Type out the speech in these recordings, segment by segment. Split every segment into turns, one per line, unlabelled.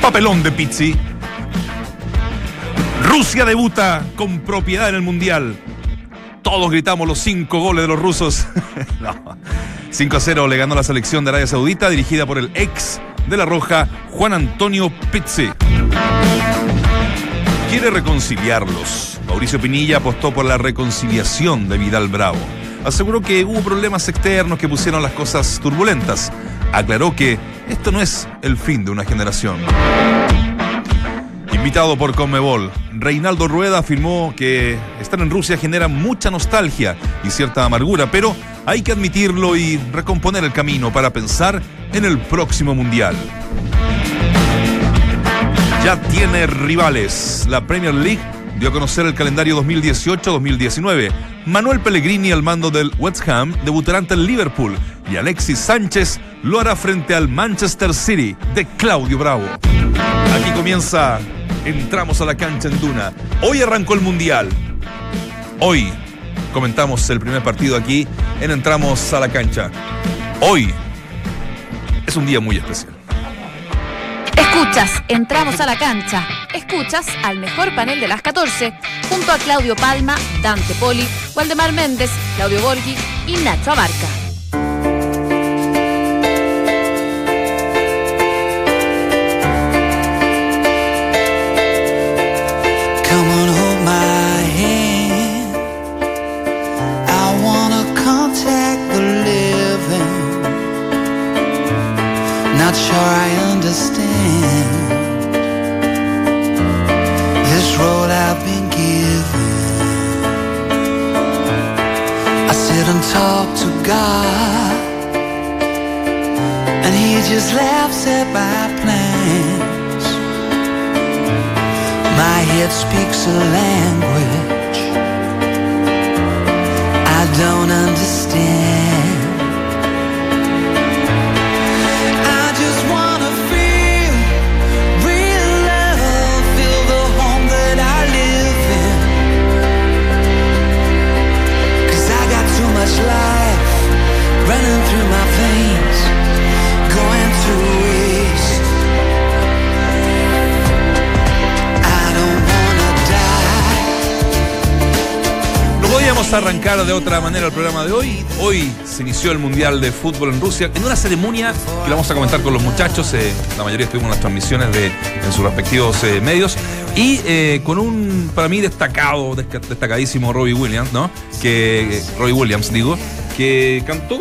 papelón de Pizzi. Rusia debuta con propiedad en el Mundial. Todos gritamos los cinco goles de los rusos. no. 5 a 0 le ganó la selección de Arabia Saudita, dirigida por el ex de la Roja, Juan Antonio Pizzi. Quiere reconciliarlos. Mauricio Pinilla apostó por la reconciliación de Vidal Bravo. Aseguró que hubo problemas externos que pusieron las cosas turbulentas. Aclaró que esto no es el fin de una generación. Invitado por Conmebol, Reinaldo Rueda afirmó que estar en Rusia genera mucha nostalgia y cierta amargura, pero hay que admitirlo y recomponer el camino para pensar en el próximo Mundial. Ya tiene rivales. La Premier League dio a conocer el calendario 2018-2019. Manuel Pellegrini al mando del West Ham debutará ante el Liverpool y Alexis Sánchez lo hará frente al Manchester City de Claudio Bravo. Aquí comienza entramos a la cancha en Duna. Hoy arrancó el Mundial. Hoy comentamos el primer partido aquí en Entramos a la cancha. Hoy es un día muy especial.
Escuchas, entramos a la cancha. Escuchas al mejor panel de las 14, junto a Claudio Palma, Dante Poli, Waldemar Méndez, Claudio Borghi y Nacho Abarca.
arrancar de otra manera el programa de hoy. Hoy se inició el Mundial de Fútbol en Rusia en una ceremonia que la vamos a comentar con los muchachos. Eh, la mayoría estuvimos en las transmisiones de, en sus respectivos eh, medios. Y eh, con un, para mí, destacado, destacadísimo Robbie Williams, ¿no? Que, eh, Robbie Williams, digo, que cantó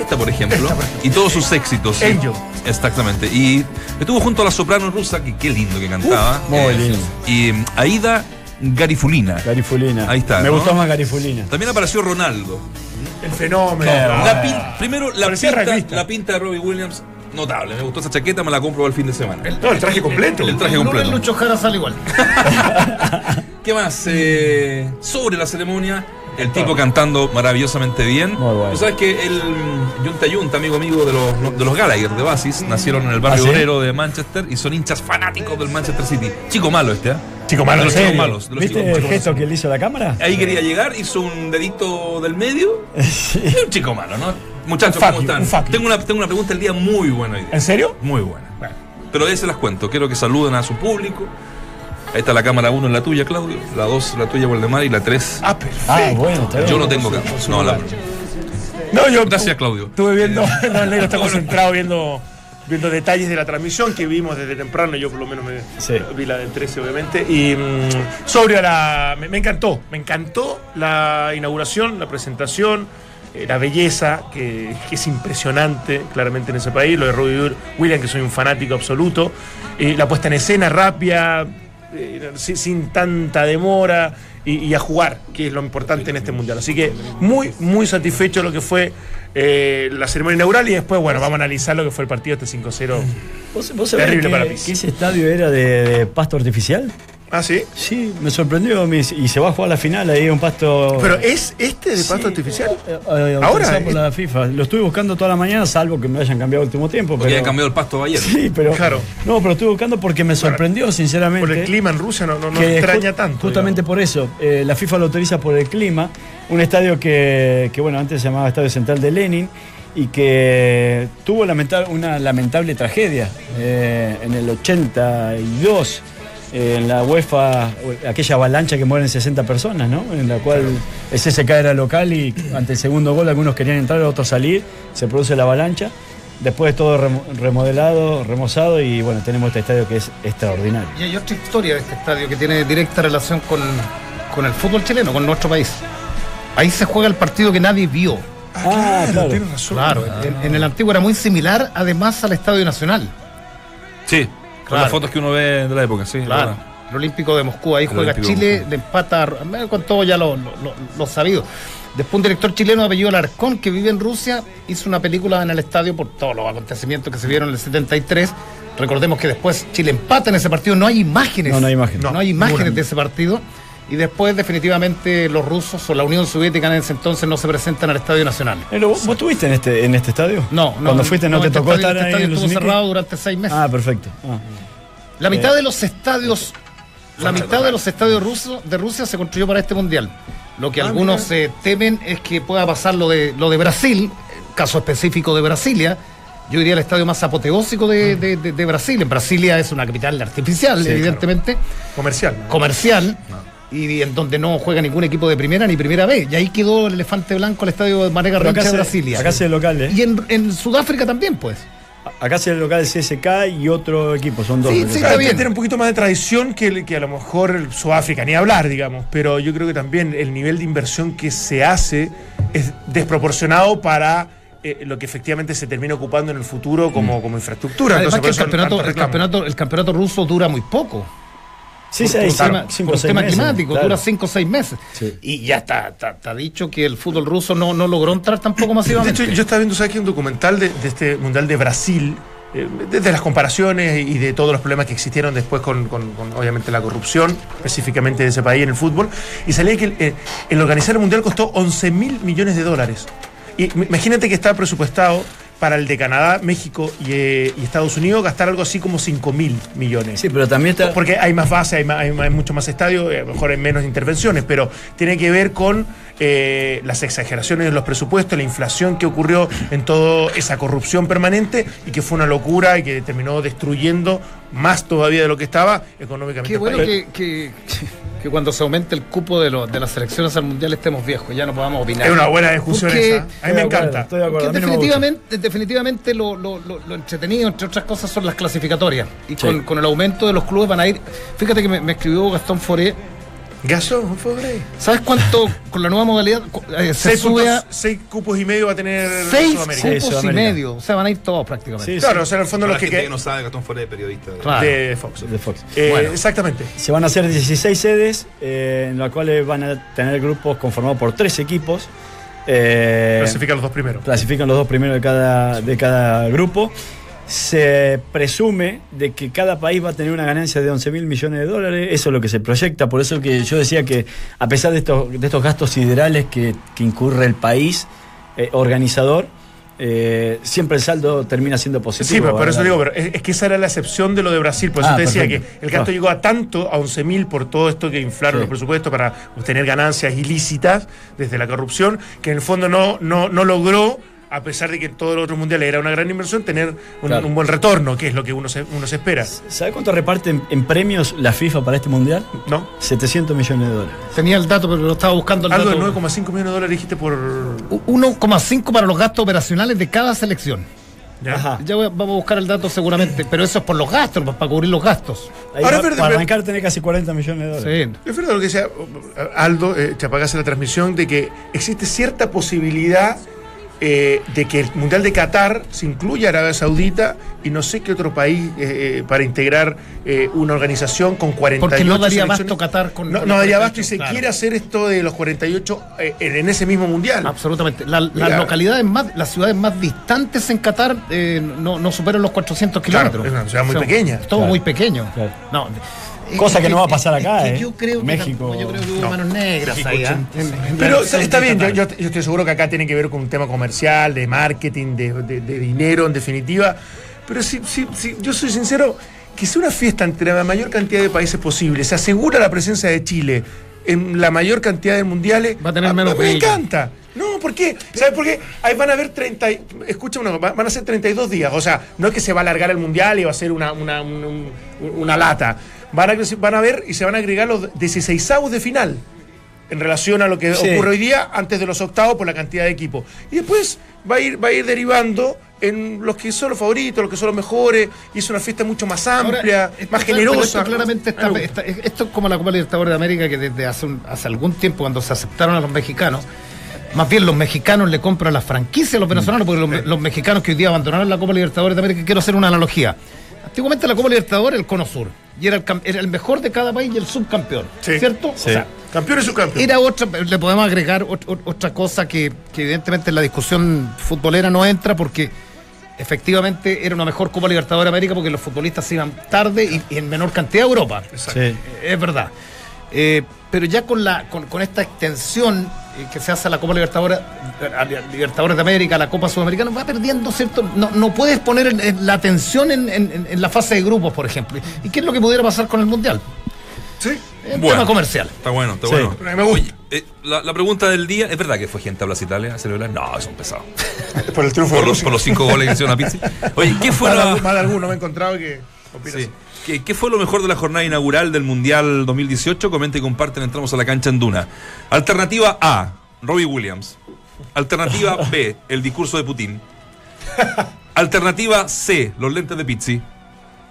esta, por ejemplo, esta, por ejemplo. y todos sus éxitos.
Angel.
Exactamente. Y estuvo junto a la soprano rusa, que qué lindo que cantaba. Eh,
Uf, muy lindo.
Y Aida Garifulina.
Garifulina.
Ahí está.
Me
¿no?
gustó más Garifulina.
También apareció Ronaldo.
El fenómeno.
No, la pin, primero, la pinta, la pinta, de Robbie Williams, notable. Me gustó esa chaqueta, me la compro el fin de semana.
El, no, el traje completo.
El, el traje completo.
No, Lucho Jara sale igual.
¿Qué más? Eh, sobre la ceremonia. El tipo claro. cantando maravillosamente bien.
Muy bueno.
Tú sabes que el Junta Junta, amigo amigo de los, de los Gallagher de Basis,
Mm.
nacieron en el barrio ¿Ah, sí? obrero de Manchester y son hinchas fanáticos del Manchester City. Chico malo este, ¿eh?
Chico malo,
los chicos malos. De los
¿Viste
chicos,
el gesto que le hizo la cámara?
Ahí quería llegar, hizo un dedito del medio. sí. Y un chico malo, ¿no? Muchachos,
un
¿cómo you, están?
Un
tengo una, tengo una pregunta del día muy buena. Hoy día.
¿En serio?
Muy buena. Bueno. Pero de se las cuento. Quiero que saluden a su público. Ahí está la cámara 1 en la tuya, Claudio. La 2 la tuya, Waldemar. Y la 3.
Ah, perfecto. Ah, bueno,
yo no tengo cámara. No, la.
No, yo.
Gracias, Claudio.
Estuve viendo. no, Leo está concentrado viendo viendo detalles de la transmisión que vimos desde temprano, yo por lo menos me sí. vi la del 13 obviamente, y mmm, sobre a la... Me, me, encantó, me encantó la inauguración, la presentación, eh, la belleza, que, que, es impresionante claramente en ese país, lo de Rudy William, que soy un fanático absoluto, eh, la puesta en escena rápida, eh, sin, sin tanta demora, y, y, a jugar, que es lo importante en este mundial. Así que muy, muy satisfecho lo que fue eh, la ceremonia inaugural y después, bueno, vamos a analizar lo que fue el partido este 5-0.
¿Vos, vos terrible que, para Piz. que ese estadio era de, de, pasto artificial?
Ah, sí.
Sí, me sorprendió y se va a jugar la final ahí un pasto.
Pero es este de pasto sí, artificial.
Eh, Ahora por la FIFA. Lo estuve buscando toda la mañana, salvo que me hayan cambiado el último tiempo.
Porque pero... hayan cambiado el pasto ayer.
Sí, pero claro. No, pero estuve buscando porque me sorprendió, sinceramente.
Por el clima en Rusia no, no, no extraña tanto.
Justamente digamos. por eso. Eh, la FIFA lo autoriza por el clima, un estadio que, que, bueno, antes se llamaba Estadio Central de Lenin y que tuvo lamenta- una lamentable tragedia eh, en el 82 eh, en la UEFA, aquella avalancha que mueren 60 personas, ¿no? En la cual el CSK era local y ante el segundo gol algunos querían entrar, otros salir, se produce la avalancha. Después todo remo- remodelado, remozado y bueno, tenemos este estadio que es extraordinario.
Y hay otra historia de este estadio que tiene directa relación con, con el fútbol chileno, con nuestro país. Ahí se juega el partido que nadie vio.
Ah, claro.
Tienes razón.
Claro, en, en el antiguo era muy similar además al Estadio Nacional.
Sí, con
Claro.
las fotos que uno ve de la época, sí. es
Claro.
verdad.
El Olímpico de Moscú, ahí
El
juega
Olímpico de
Chile,
Moscú.
le empata a Ru- eh, con todo ya lo, lo, lo- lo sabido. Después un director chileno de apellido Alarcón, que vive en Rusia, hizo una película en el estadio por todos los acontecimientos que se vieron en el 73. Recordemos que después Chile empata en ese partido, no hay imágenes.
No, no hay imágenes.
No, hay imágenes de ese partido. Y después definitivamente los rusos o la Unión Soviética en ese entonces no se presentan al Estadio Nacional.
Nelo, Eh, ¿Vos, vos estuviste en este, en este estadio?
No, no.
Cuando fuiste no, te
este
tocó
estadio-
estar
este
ahí
estadio
en
estuvo
Luziniki?
cerrado durante seis meses.
Ah, perfecto. Ah.
La
Eh,
mitad de los estadios, la mitad de los estadios rusos de Rusia se construyó para este mundial. Lo
Ah,
que algunos eh, temen es que pueda pasar lo de lo de Brasil, caso específico de Brasilia. Yo diría el estadio más apoteósico
Mm.
de, de- de- de Brasil. En Brasilia es una capital artificial, evidentemente,
Comercial. ¿no?
comercial,
Ah.
y en donde no juega ningún equipo de primera ni primera B. Y ahí quedó el elefante blanco el estadio de Marega
Pero acá
Rancha de
se-
Brasilia.
acá se local, ¿eh?
Y en, en Sudáfrica también, pues.
Acá se el local del CSK y otro equipo, son dos.
Sí,
me
sí,
parece.
está bien.
Tiene un poquito más de tradición que, el- que a lo mejor el Sudáfrica, ni hablar, digamos, pero yo creo que también el nivel de inversión que se hace es desproporcionado para eh, lo que efectivamente se termina ocupando en el futuro como, como infraestructura.
Además
Entonces,
que el
por eso
campeonato,
tanto
el
reclamo.
campeonato- el campeonato ruso dura muy poco.
Sí,
por,
sí, hay
por
cinco-
tema,
cinco,
por
seis
tema
meses,
climático,
claro.
dura 5 o 6 meses.
Sí.
Y ya está, está, está dicho que el fútbol ruso no, no logró entrar tampoco
De
masivamente.
hecho, yo estaba viendo, ¿sabes qué? Un documental de, de este Mundial de Brasil, eh, desde las comparaciones y de todos los problemas que existieron después con, con- con, obviamente, la corrupción, específicamente de ese país en el fútbol, y salía que el, eh, el organizar el Mundial costó 11 mil millones de dólares. Y im- imagínate que estaba presupuestado para el de Canadá, México y, eh, y Estados Unidos gastar algo así como 5 mil millones.
Sí, pero también está.
Porque hay más bases, hay, más, hay, más- hay mucho más estadios, eh, a lo mejor hay menos intervenciones, pero tiene que ver con eh, las exageraciones de los presupuestos, la inflación que ocurrió en toda esa corrupción permanente y que fue una locura y que terminó destruyendo más todavía de lo que estaba económicamente.
Qué
el
bueno
país.
que, que, que cuando se aumente el cupo de, los de las selecciones al mundial estemos viejos, ya no podamos opinar.
Es una buena discusión
Porque-
esa. ¿eh? A mí me
Estoy de acuerdo,
encanta.
estoy de acuerdo,
Porque
a mí no me
definitivamente, definitivamente lo, lo- lo- lo entretenido, entre otras cosas, son las clasificatorias. Y con, con el aumento de los clubes van a ir. Fíjate que me, me escribió Gastón Foré.
Gasón, pobre.
¿Sabes cuánto con la nueva modalidad cu- eh, se
Seis,
sube
puntos-
a
seis cupos y medio va a tener
seis
Sudamérica.
Sí,
cupos y
Sudamérica.
medio? O sea, van a ir todos prácticamente.
Sí,
Claro, o sea, en el fondo
Para
los
la
que,
gente que
queden-
no sabe, Gastón fuera de periodista.
Claro.
de Fox.
de Fox.
Eh,
Bueno.
Exactamente.
Se van a hacer 16 sedes, eh, en las cuales van a tener grupos conformados por tres equipos. Eh,
Clasifican los dos primeros.
clasifican los dos primeros de cada, de cada grupo. Se presume de que cada país va a tener una ganancia de 11 mil millones de dólares, eso es lo que se proyecta, por eso que yo decía que a pesar de estos, de estos gastos siderales que, que incurre el país eh, organizador, eh, siempre el saldo termina siendo positivo.
Sí, pero por eso
¿verdad?
digo, pero es, es que esa era la excepción de lo de Brasil. Por eso
pues, Ah,
te decía
perfecto.
que el gasto
Ah.
llegó a tanto, a 11.000 por todo esto que inflaron
Sí.
los presupuestos para obtener ganancias ilícitas desde la corrupción, que en el fondo no, no, no logró, a pesar de que en todos los otros mundiales era una gran inversión, tener un,
Claro.
un buen retorno, que es lo que uno se, uno se espera.
¿Sabe cuánto reparten en premios la FIFA para este mundial?
¿No?
700 millones de dólares.
Tenía el dato, pero lo estaba buscando. El
Algo de
dato.
9,5 millones de dólares dijiste por.
U- 1,5 para los gastos operacionales de cada selección.
¿Ya?
Ajá.
Ya voy a- vamos a buscar el dato seguramente, pero eso es por los gastos, pa- para cubrir los gastos.
Ahí
Ahora,
va-
espérate,
para
pero-
arrancar tenés casi 40 millones de dólares.
Sí.
Es verdad lo que decía eh, Aldo, eh, te apagase la transmisión, de que existe cierta posibilidad eh, de que el Mundial de Qatar se incluya Arabia Saudita y no sé qué otro país eh, eh, para integrar eh, una organización con 48
Porque no daría
selecciones.
abasto Qatar con-
No,
con
no
los
daría
48,
abasto y se
claro.
quiere hacer esto de los 48 eh, en en ese mismo Mundial.
Absolutamente. La-
Mira.
las localidades más, las ciudades más distantes en Qatar eh, no, no superan los 400
Claro,
kilómetros.
es una ciudad muy pequeña.
Todo
Claro.
muy pequeño.
Claro.
No, eh,
Cosa
es
que no va a pasar acá,
es que
¿eh?
Yo creo que
México-
tampoco, yo creo que hubo
No.
manos negras ahí, ¿eh? En- en
Pero
la elección
está
de
bien, yo,
Qatar.
yo- yo estoy seguro que acá tiene que ver con un tema comercial, de marketing, de, de- de dinero en definitiva. Pero si, si- si- yo soy sincero, que sea una fiesta entre la mayor cantidad de países posible, se asegura la presencia de Chile en la mayor cantidad de mundiales.
Va a tener menos
Me
brillo.
encanta. No, por qué? ¿Sabes por qué? Ahí van a haber 30. y- Escucha, una, va- van a ser 32 días. O sea, no es que se va a alargar el mundial y va a ser una, una, un- un- una lata. Van a, van a ver y se van a agregar los 16 avos de final en relación a lo que
Sí.
ocurre hoy día antes de los octavos por la cantidad de equipos. Y después va a ir, va a ir derivando en los que son los favoritos, los que son los mejores, y es una fiesta mucho más
Ahora,
amplia,
esto-
más
pero
generosa. Ah,
Esto claramente está-
Me gusta.
está- esto es como la Copa Libertadores de América que desde hace, un- hace algún tiempo cuando se aceptaron a los mexicanos, más bien los mexicanos le compran las franquicias a
Mm.
los venezolanos, porque los, me- los mexicanos que hoy día abandonaron la Copa Libertadores de América, quiero hacer una analogía. Antiguamente la Copa Libertadores era el Cono Sur, y era el, cam- era el mejor de cada país y el subcampeón,
Sí.
¿cierto? O
Sí.
sea,
Campeón es su campeón.
era otra, le podemos agregar ot- ot- otra cosa que, que evidentemente en la discusión futbolera no entra porque efectivamente era una mejor Copa Libertadores de América porque los futbolistas se iban tarde y, y en menor cantidad a Europa.
Sí.
Eh, Es verdad. Eh, pero ya con, la, con, con esta extensión eh, que se hace a la Copa Libertadores, a la Libertadores de América, a la Copa Sudamericana, va perdiendo, ¿cierto? No, no puedes poner en- en la atención en, en- en la fase de grupos, por ejemplo. ¿Y qué es lo que pudiera pasar con el Mundial?
Sí.
Es un
Bueno.
tema comercial.
Está bueno, está
Sí.
bueno.
Pero a mí me gusta.
Eh, la, la pregunta del día, ¿es verdad que fue gente a Plaza Italia a celebrar? No, son pesados.
Por el triunfo
Por
de
los, por los cinco goles que hicieron a Pizzi. Oye, ¿qué fue
Más de
la-
algún- más de alguno me he encontrado que opina
Sí.
así.
¿Qué, qué fue lo mejor de la jornada inaugural del Mundial 2018? Comenta y comparten, entramos a la cancha en Duna. Alternativa A, Robbie Williams. Alternativa B, el discurso de Putin. Alternativa C, los lentes de Pizzi.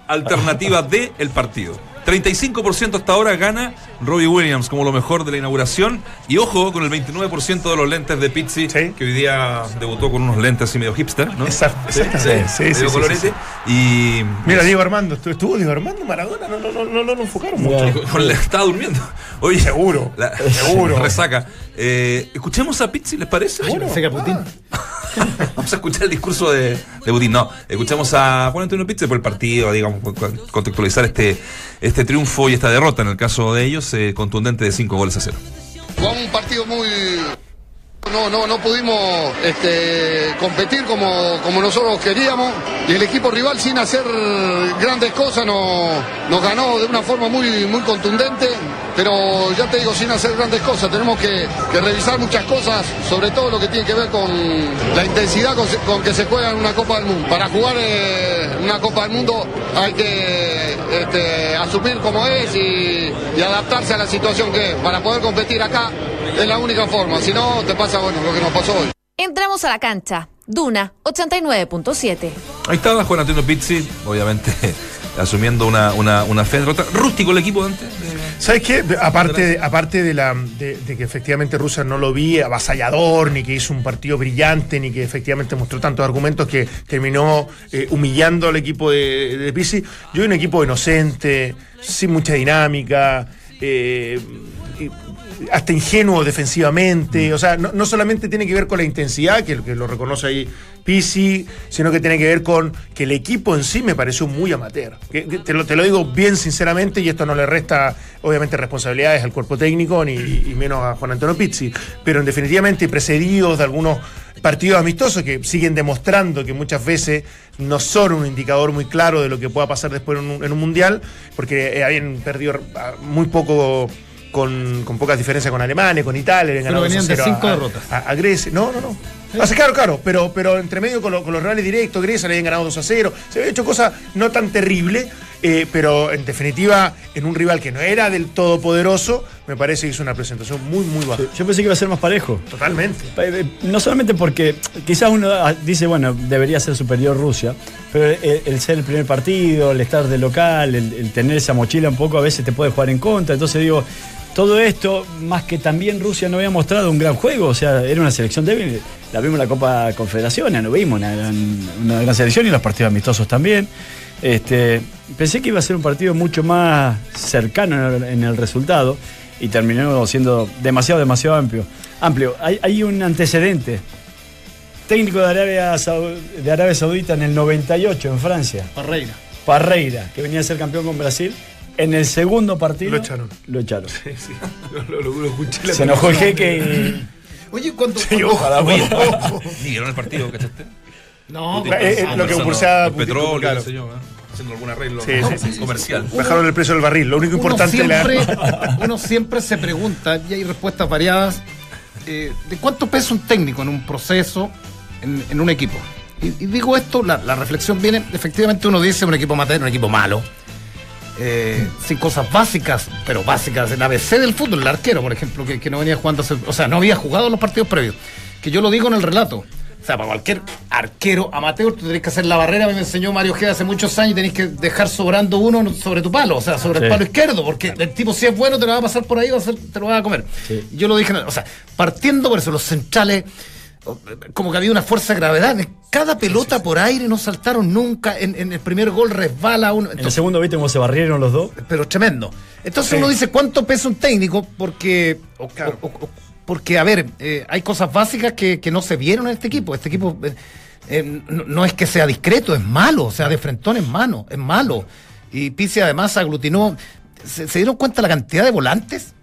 Alternativa D, el partido. 35% hasta ahora gana Robbie Williams como lo mejor de la inauguración. Y ojo con el 29% de los lentes de Pizzi,
Sí.
que hoy día debutó con unos lentes así medio hipster, ¿no?
Exacto, exactamente. Sí, sí,
medio
sí, sí,
colorete.
sí.
Y
Mira, Diego Armando, estuvo, estuvo Diego Armando Maradona, no, no, no, no, no lo enfocaron mucho.
Ya.
Con la- estaba durmiendo. Oye,
Seguro, seguro.
Resaca. Eh, escuchemos a Pizzi, ¿les parece?
Seguro.
Seca Putin.
Vamos a escuchar el discurso de, de Putin. No, escuchamos a Juan Antonio Pizzi por el partido, digamos, por- por contextualizar este, este triunfo y esta derrota en el caso de ellos, eh, contundente de 5 goles a 0.
Jugamos un partido muy. No, no, no pudimos este, competir como, como nosotros queríamos. Y el equipo rival, sin hacer grandes cosas, no- nos ganó de una forma muy, muy contundente. Pero ya te digo, sin hacer grandes cosas. Tenemos que, que revisar muchas cosas, sobre todo lo que tiene que ver con la intensidad con, se- con que se juega en una Copa del Mundo. Para jugar eh, una Copa del Mundo hay que este, asumir como es y, y adaptarse a la situación que es. Para poder competir acá es la única forma. Si no, te pasa bueno lo que nos pasó hoy.
Entramos a la cancha. Duna 89.7.
Ahí estaba Juan Antonio Pizzi, obviamente asumiendo una, una, una fe de derrota. Rústico el equipo antes. eh,
¿Sabes qué? Aparte, aparte de, la, de, de que efectivamente Rusia no lo vi avasallador, ni que hizo un partido brillante, ni que efectivamente mostró tantos argumentos que terminó eh, humillando al equipo de, de Pizzi, yo vi un equipo inocente, sin mucha dinámica, eh, y- hasta ingenuo defensivamente. O sea, no, no solamente tiene que ver con la intensidad, que, que lo reconoce ahí Pisi, sino que tiene que ver con que el equipo en sí me pareció muy amateur. Que- que te, lo, te lo digo bien sinceramente, y esto no le resta, obviamente, responsabilidades al cuerpo técnico, ni y menos a Juan Antonio Pizzi, pero en definitivamente precedidos de algunos partidos amistosos que siguen demostrando que muchas veces no son un indicador muy claro de lo que pueda pasar después en un, en un mundial, porque eh, habían perdido ah, muy poco con, con pocas diferencias con Alemania, con Italia, habían ganado
Pero venían de
2-0 a-
cinco
a-
derrotas.
A, a Grecia. No, no, no. O sea, claro, claro, pero, pero entre medio con, lo- con los reales directos, Grecia le habían ganado 2 a 0. Se había hecho cosas no tan terribles, eh, pero en definitiva, en un rival que no era del todopoderoso, me parece que hizo una presentación muy, muy baja.
Yo pensé que iba a ser más parejo.
Totalmente.
Eh, eh, No solamente porque quizás uno ah, dice, bueno, debería ser superior Rusia, pero el, el ser el primer partido, el estar de local, el, el tener esa mochila un poco, a veces te puede jugar en contra. Entonces digo, todo esto, más que también Rusia no había mostrado un gran juego, o sea, era una selección débil. La vimos en la Copa Confederaciones, no vimos una gran, una gran selección y los partidos amistosos también. Este, pensé que iba a ser un partido mucho más cercano en el- en el resultado y terminó siendo demasiado, demasiado amplio. amplio. Hay, hay un antecedente. Técnico de Arabia, Sau- de Arabia Saudita en el 98 en Francia,
Parreira.
Parreira, que venía a ser campeón con Brasil, en el segundo partido
Lo echaron.
Lo echaron. Se enojó el jeque y
Oye, cuando.
Oye, ni vieron el partido, ¿cachaste?
No,
Eh, eh, lo que
Conversando
pulsaba
del
Putin,
petróleo,
claro.
qué sé yo, ¿eh? haciendo algún arreglo
Sí, sí, sí, sí.
comercial.
Bajaron el precio del barril. Lo único
uno
importante es la-
siempre, uno siempre se pregunta, y hay respuestas variadas, eh, de cuánto pesa un técnico en un proceso, en, en un equipo. Y, y digo esto, la, la reflexión viene, efectivamente uno dice un equipo matadero, un equipo malo. Eh, sin cosas básicas, pero básicas en ABC del fútbol, el arquero, por ejemplo, que, que no venía jugando, hace- o sea, no había jugado los partidos previos. Que yo lo digo en el relato. O sea, para cualquier arquero amateur, tú tenés que hacer la barrera. A mí me enseñó Mario Ojeda hace muchos años, tenés que dejar sobrando uno sobre tu palo, o sea, sobre el
Sí.
palo izquierdo, porque el tipo, si es bueno, te lo va a pasar por ahí, va a ser- te lo va a comer.
Sí.
Y Yo lo dije, en el- o sea, partiendo por eso, los centrales, o- como que había una fuerza de gravedad. Cada pelota por aire no saltaron nunca. En, en el primer gol resbala uno.
En el
Entonces,
segundo, ¿viste cómo se barrieron los dos?
pero tremendo. Entonces
Sí.
uno dice cuánto pesa un técnico porque,
Oh,
o- o- o- porque a ver, eh, hay cosas básicas que, que no se vieron en este equipo. Este equipo eh, eh, no, no es que sea discreto, es malo, o sea, de frentón es malo, es malo. Y Pizzi además aglutinó. ¿Se, se dieron cuenta la cantidad de volantes?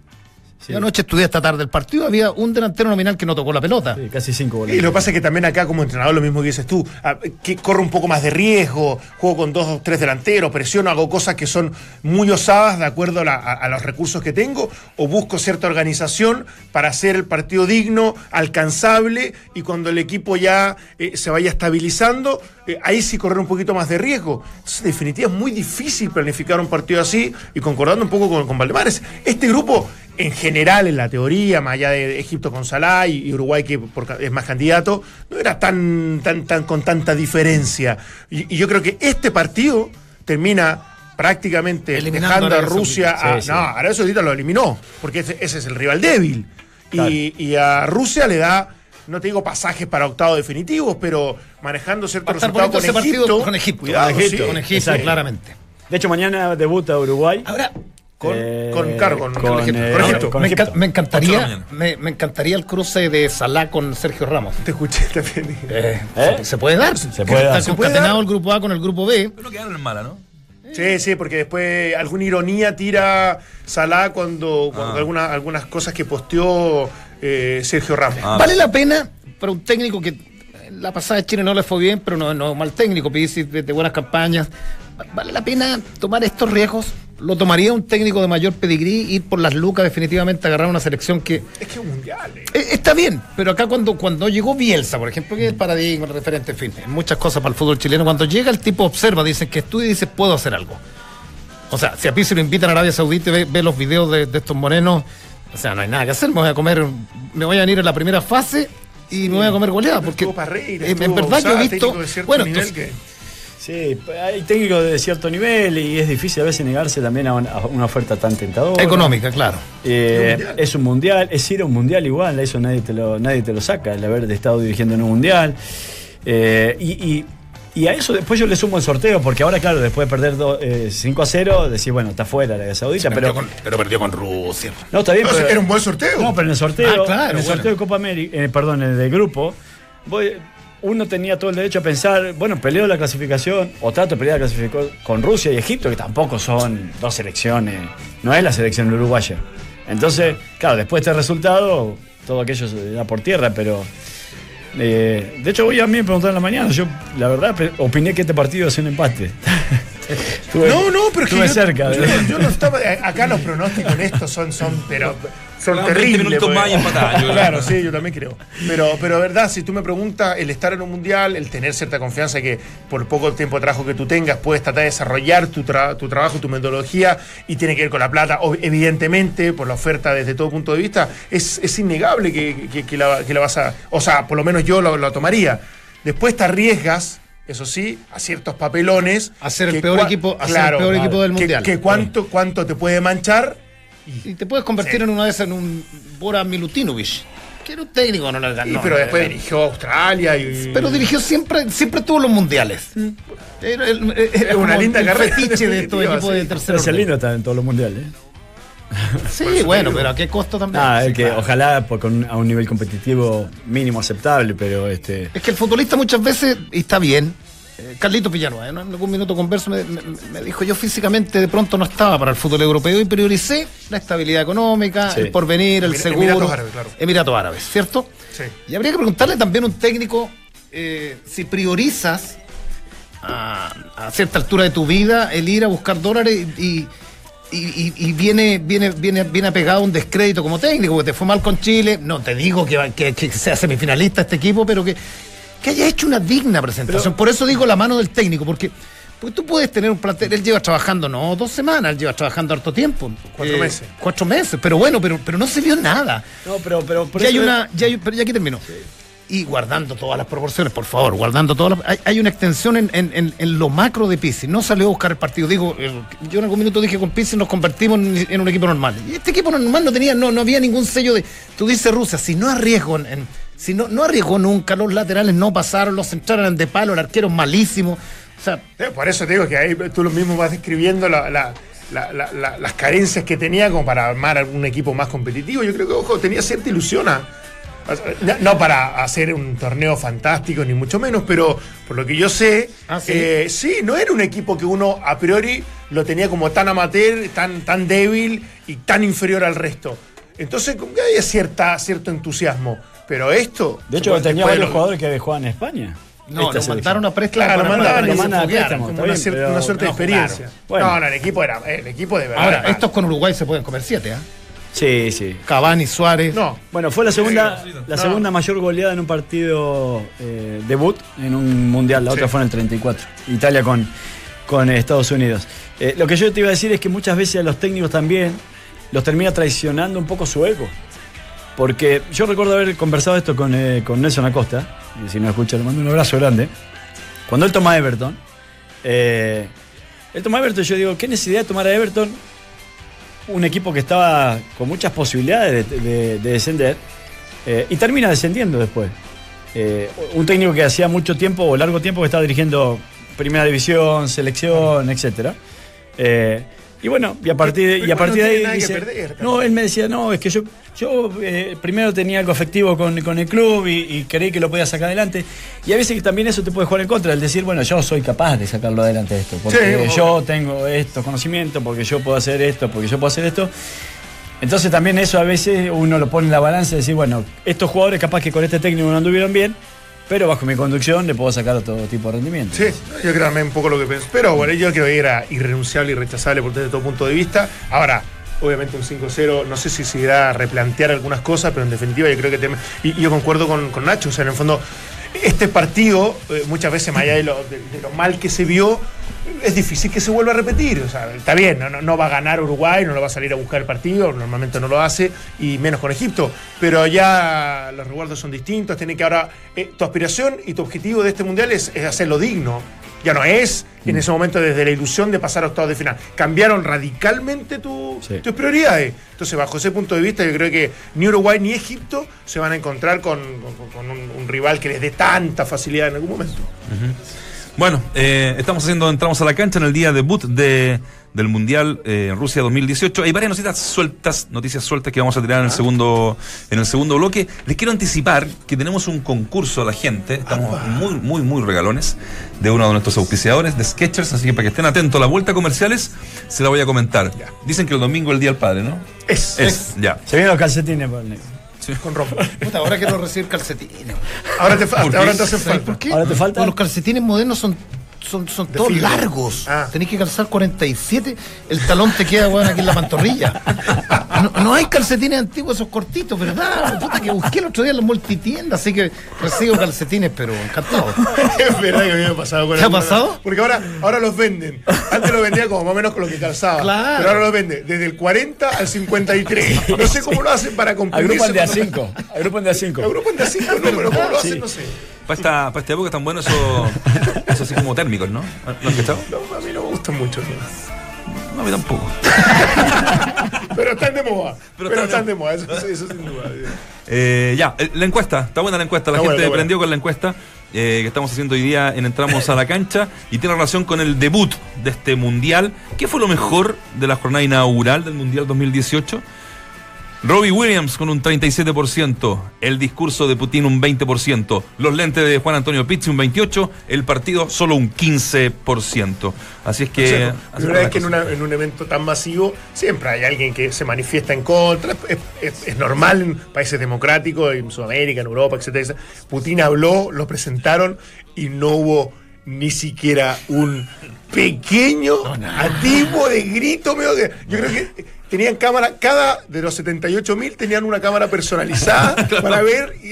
Sí.
Yo anoche estudié esta tarde el partido, había un delantero nominal que no tocó la pelota.
Sí, casi cinco goles.
Y lo que pasa es que también acá como entrenador lo mismo que dices tú, ah, que corro un poco más de riesgo, juego con dos o tres delanteros, presiono, hago cosas que son muy osadas de acuerdo a, la- a- a los recursos que tengo, o busco cierta organización para hacer el partido digno, alcanzable, y cuando el equipo ya eh, se vaya estabilizando, eh, ahí sí correr un poquito más de riesgo. Entonces, en definitiva, es muy difícil planificar un partido así, y concordando un poco con, con Valdemares, este grupo en general, en la teoría, más allá de Egipto con Salah y y Uruguay que por ca- es más candidato, no era tan, tan, tan con tanta diferencia. Y, y yo creo que este partido termina prácticamente
Eliminando
dejando
a
a
Arabia
Rusia a,
Sí, sí.
no, Arabia Saudita lo eliminó, porque ese, ese es el rival débil. Y-
Claro.
Y, a Rusia le da, no te digo pasajes para octavos definitivos, pero manejando cierto
Va a estar
resultado
bonito
con
ese partido
Egipto,
con Egipto.
cuidado,
con Egipto,
sí.
con Egipto,
exacto.
claramente.
De hecho, mañana debuta Uruguay.
Ahora,
Ah, con-
Eh,
con cargo, no, con Egipto,
eh,
con Egipto.
con
me,
Egipto.
encan- me
Ocho de la
encantaría,
mañana.
me, me encantaría el cruce de Salah con Sergio Ramos.
Te escuché también.
Eh,
¿Eh?
Se, se puede dar. Se
puede dar.
Está concatenado el grupo A con el grupo B.
Pero no quedaron en mala, ¿no?
Sí, sí, porque después alguna ironía tira Salah cuando,
Ah.
cuando alguna- algunas cosas que posteó eh, Sergio Ramos.
Ah.
¿Vale la pena para un técnico que en la pasada de Chile no le fue bien, pero no, no mal técnico, Pizzi, de, de buenas campañas? ¿Va- ¿Vale la pena tomar estos riesgos? ¿Lo tomaría un técnico de mayor pedigrí, ir por las lucas definitivamente, agarrar una selección que
Es que es mundial. eh.
Eh, Está bien, pero acá cuando, cuando llegó Bielsa, por ejemplo,
Mm.
que es el paradigma, el referente, en fin, en muchas cosas para el fútbol chileno, cuando llega el tipo observa, dicen que estudia y dice, puedo hacer algo. O sea, si a Pizzi lo invitan a Arabia Saudita y ve, ve los videos de, de estos morenos, o sea, no hay nada que hacer, me voy a comer, me voy a venir en la primera fase y me voy a comer goleada, porque
Estuvo Parreira,
en, en
estuvo
verdad yo
Usada,
he visto,
técnico de cierto
bueno,
nivel
entonces,
que-
Sí, hay técnicos de cierto nivel y es difícil a veces negarse también a una, a una oferta tan tentadora.
económica, claro.
Eh, es un mundial, es ir a un mundial igual, eso nadie te lo, nadie te lo saca, el haber estado dirigiendo en un mundial. Eh, y, y- y a eso después yo le sumo el sorteo, porque ahora, claro, después de perder do- eh, 5 a 0, decís, bueno, está fuera Arabia Saudita, pero.
perdió con Rusia.
No, está bien,
No,
pero-
era un buen sorteo.
No, pero en el sorteo,
Ah, claro,
en el sorteo
bueno.
de Copa América, eh, perdón, en el de grupo, voy- uno tenía todo el derecho a pensar, bueno, peleo la clasificación, o trato de pelear la clasificación con Rusia y Egipto, que tampoco son dos selecciones, no es la selección uruguaya. Entonces, claro, después de este resultado, todo aquello se da por tierra, pero... eh, de hecho, hoy a mí me preguntaron en la mañana, yo la verdad pe- opiné que este partido es un empate. Estuve-
No, no, pero es que
estuve
yo-
cerca.
yo,
de-
yo no estaba. a- Acá los pronósticos en esto son, son, pero. Son
Claro, 20
terribles.
minutos
porque-
más y empatada, yo creo.
claro, sí, yo también creo. Pero, pero verdad, si tú me preguntas, el estar en un mundial, el tener cierta confianza que por poco tiempo de trabajo que tú tengas puedes tratar de desarrollar tu, tra- tu trabajo, tu metodología, y tiene que ver con la plata, ob- evidentemente, por la oferta desde todo punto de vista, es, es innegable que, que- que la, que la vas a. O sea, por lo menos yo lo, lo tomaría. Después te arriesgas. Eso sí, a ciertos papelones.
A ser el
que
peor
cua-
equipo- a ser el peor equipo del
que-
mundial.
que cuánto, cuánto te puede manchar
Y te puedes convertir en una de esas en un Bora Milutinovic. Que era un técnico, no la
Y,
Ah, no,
pero
no,
después
no.
dirigió a Australia y.
Pero dirigió siempre, siempre tuvo los mundiales. Era, el- era
Es una
como
linda
el
carrera,
fetiche de estos
definitiva,
equipos de
sí.
tercer
Pero es
orden.
lindo estar en todos los mundiales. ¿eh?
Sí, bueno, pero a qué costo también.
Ah,
Sí,
es que
claro.
ojalá por- con, a un nivel competitivo mínimo aceptable, pero este.
Es que el futbolista muchas veces, y está bien, eh, Carlitos Villanueva, en algún minuto converso, me, me- me dijo, yo físicamente de pronto no estaba para el fútbol europeo y prioricé la estabilidad económica,
Sí.
el porvenir, el
Emir-
seguro.
Emiratos Árabes, claro.
Emiratos Árabes, ¿cierto?
Sí.
Y habría que preguntarle también a un técnico eh, si priorizas a, a cierta altura de tu vida el ir a buscar dólares y, y, y- y viene, viene, viene, viene apegado a un descrédito como técnico, porque te fue mal con Chile. No te digo que, va- que- que sea semifinalista este equipo, pero que, que haya hecho una digna presentación. Por eso digo la mano del técnico, porque pues tú puedes tener un plantel. Él lleva trabajando, no dos semanas, él lleva trabajando harto tiempo. Eh,
Cuatro meses.
Cuatro meses, pero bueno, pero, pero no se vio nada.
No, pero, pero por
Ya hay
eso-
una, ya hay- pero ya aquí termino. Y guardando todas las proporciones, por favor, guardando todas las. Hay, hay una extensión en, en- en- en lo macro de Pizzi. No salió a buscar el partido. Digo, eh, yo en algún minuto dije con Pizzi nos convertimos en, en un equipo normal. Y este equipo normal no tenía, no, no había ningún sello de. Tú dices Rusia, si no arriesgo en- en- si no, no arriesgó nunca, los laterales no pasaron, los centrales eran de palo, el arquero es malísimo. O sea,
Eh, Por eso te digo que ahí tú lo mismo vas describiendo la- la- la- la- la- las carencias que tenía como para armar algún equipo más competitivo. Yo creo que, ojo, tenía cierta ilusión. a- a- no- no para hacer un torneo fantástico, ni mucho menos, pero por lo que yo sé,
Ah, ¿sí?
eh, sí, no era un equipo que uno a priori lo tenía como tan amateur, tan, tan débil y tan inferior al resto. Entonces, como que había cierta, cierto entusiasmo. Pero esto.
De hecho,
después
tenía
de
varios
lo-
jugadores que jugaban en España.
no,
Esta
nos
selección.
mandaron a préstamo.
Claro,
para-
lo
para-
mandaban
para-
y
lo
se
mandaban a
foguearon,
préstamo,
como
está
una,
bien,
cier-
pero
una suerte
no
de experiencia.
jugaron. Bueno.
No, no, el equipo era. El equipo de verdad.
Ahora,
era-
estos con Uruguay se pueden comer siete, ¿ah?
Sí, sí.
Cavani, Suárez.
No.
Bueno, fue la segunda, la
No.
segunda mayor goleada en un partido eh, debut en un mundial. La otra fue en el 34. Italia con, con Estados Unidos. Eh, lo que yo te iba a decir es que muchas veces a los técnicos también los termina traicionando un poco su ego. Porque yo recuerdo haber conversado esto con, eh, con Nelson Acosta. Y si no escucha, le mando un abrazo grande. Cuando él toma a Everton, eh, él toma a Everton. Yo digo, ¿qué necesidad de tomar a Everton un equipo que estaba con muchas posibilidades de, de- de descender eh, y termina descendiendo después. Eh, un técnico que hacía mucho tiempo o largo tiempo que estaba dirigiendo primera división, selección, etcétera. Eh, y bueno, y a partir de, y
Pero
a
no
partir de
tiene
ahí
nada que
dice,
perder,
no, él me decía, no, es que yo, yo eh, primero tenía algo afectivo con, con el club y, y creí que lo podía sacar adelante. Y a veces que también eso te puede jugar en contra, el decir, bueno, yo soy capaz de sacarlo adelante esto, porque
Sí,
yo tengo estos conocimientos, porque yo puedo hacer esto, porque yo puedo hacer esto. Entonces también eso a veces uno lo pone en la balanza y decir, bueno, estos jugadores capaz que con este técnico no anduvieron bien, pero bajo mi conducción le puedo sacar otro tipo de rendimiento.
Sí, yo creo que también un poco lo que pensé. Pero bueno, yo creo que era irrenunciable y rechazable por- desde todo punto de vista. Ahora, obviamente un 5-0, no sé si se irá a replantear algunas cosas, pero en definitiva yo creo que... tem- Y y yo concuerdo con, con Nacho, o sea, en el fondo, este partido, eh, muchas veces, más allá de lo, de- de lo mal que se vio, es difícil que se vuelva a repetir. O sea, está bien, no, no- no va a ganar Uruguay, no lo va a salir a buscar el partido, normalmente no lo hace, y menos con Egipto. Pero ya los recuerdos son distintos, tiene que ahora. eh, tu aspiración y tu objetivo de este mundial es, es hacerlo digno. Ya no es en ese momento desde la ilusión de pasar a octavos de final. Cambiaron radicalmente tu-
Sí.
tus prioridades. Entonces, bajo ese punto de vista, yo creo que ni Uruguay ni Egipto se van a encontrar con, con- con un- un rival que les dé tanta facilidad en algún momento.
Bueno, eh, estamos haciendo, entramos a la cancha en el día debut de, del Mundial eh, en Rusia 2018. Hay varias noticias sueltas, noticias sueltas que vamos a tirar
Ah.
en el segundo, en el segundo bloque. Les quiero anticipar que tenemos un concurso a la gente. Estamos muy, muy, muy regalones de uno de nuestros auspiciadores, de Sketchers, así que para que estén atentos a la vuelta a comerciales, se la voy a comentar. Dicen que el domingo es el Día del Padre, ¿no?
Es,
Es, ya.
Se vienen los calcetines por el negro.
con ropa.
Puta, ahora quiero recibir calcetines.
Ahora te, fa-
¿Por qué?
ahora te hacen
¿Sabes
falta.
por qué?
Ahora te falta-
Porque los calcetines modernos son, son, son todos
fibra.
largos.
Ah.
Tenés que calzar 47. El talón te queda, weón, aquí en la pantorrilla. No, no hay calcetines antiguos, esos cortitos, ¿verdad? Puta, que busqué el otro día en la multitienda, así que recibo calcetines, pero encantado.
es verdad que a mí me ha pasado con
¿Te ha
alguna-
pasado?
Porque ahora, ahora los venden. Antes los vendía como más o menos con lo que calzaba.
Claro.
Pero ahora los vende desde el 40 al 53. No sé cómo lo hacen para cumplir
Agrupan
eso.
de A5. Agrupan de
Lo
A5.
Agrupan de a 5 números. ¿Cómo lo hacen?
Sí.
No sé.
Para esta, para esta época están buenos esos, esos así como térmicos, ¿no? ¿Lo has cachado?
No, a mí no me gustan mucho. ¿no?
No, a mí tampoco.
Pero están de moda.
Pero
Pero,
están
están
de-
de moda. Eso, eso sin duda.
Eh, ya, eh, la encuesta, está buena la encuesta, la
Está
gente
buena, está
prendió con la encuesta eh, que estamos haciendo hoy día en Entramos a la cancha y tiene relación con el debut de este Mundial. ¿Qué fue lo mejor de la jornada inaugural del Mundial 2018? Robbie Williams con un 37%, el discurso de Putin un 20%, los lentes de Juan Antonio Pizzi un 28%, el partido solo un 15%. Así es que...
O sea, la
así
primera
es
vez que en,
la cosa.
una- en un evento tan masivo siempre hay alguien que se manifiesta en contra. Es, es- es normal en países democráticos, en Sudamérica, en Europa, etcétera, etcétera. Putin habló, lo presentaron y no hubo ni siquiera un pequeño, antiguo, de grito, medio que. Yo creo que tenían cámara, cada de los 78 mil tenían una cámara personalizada para ver y, y-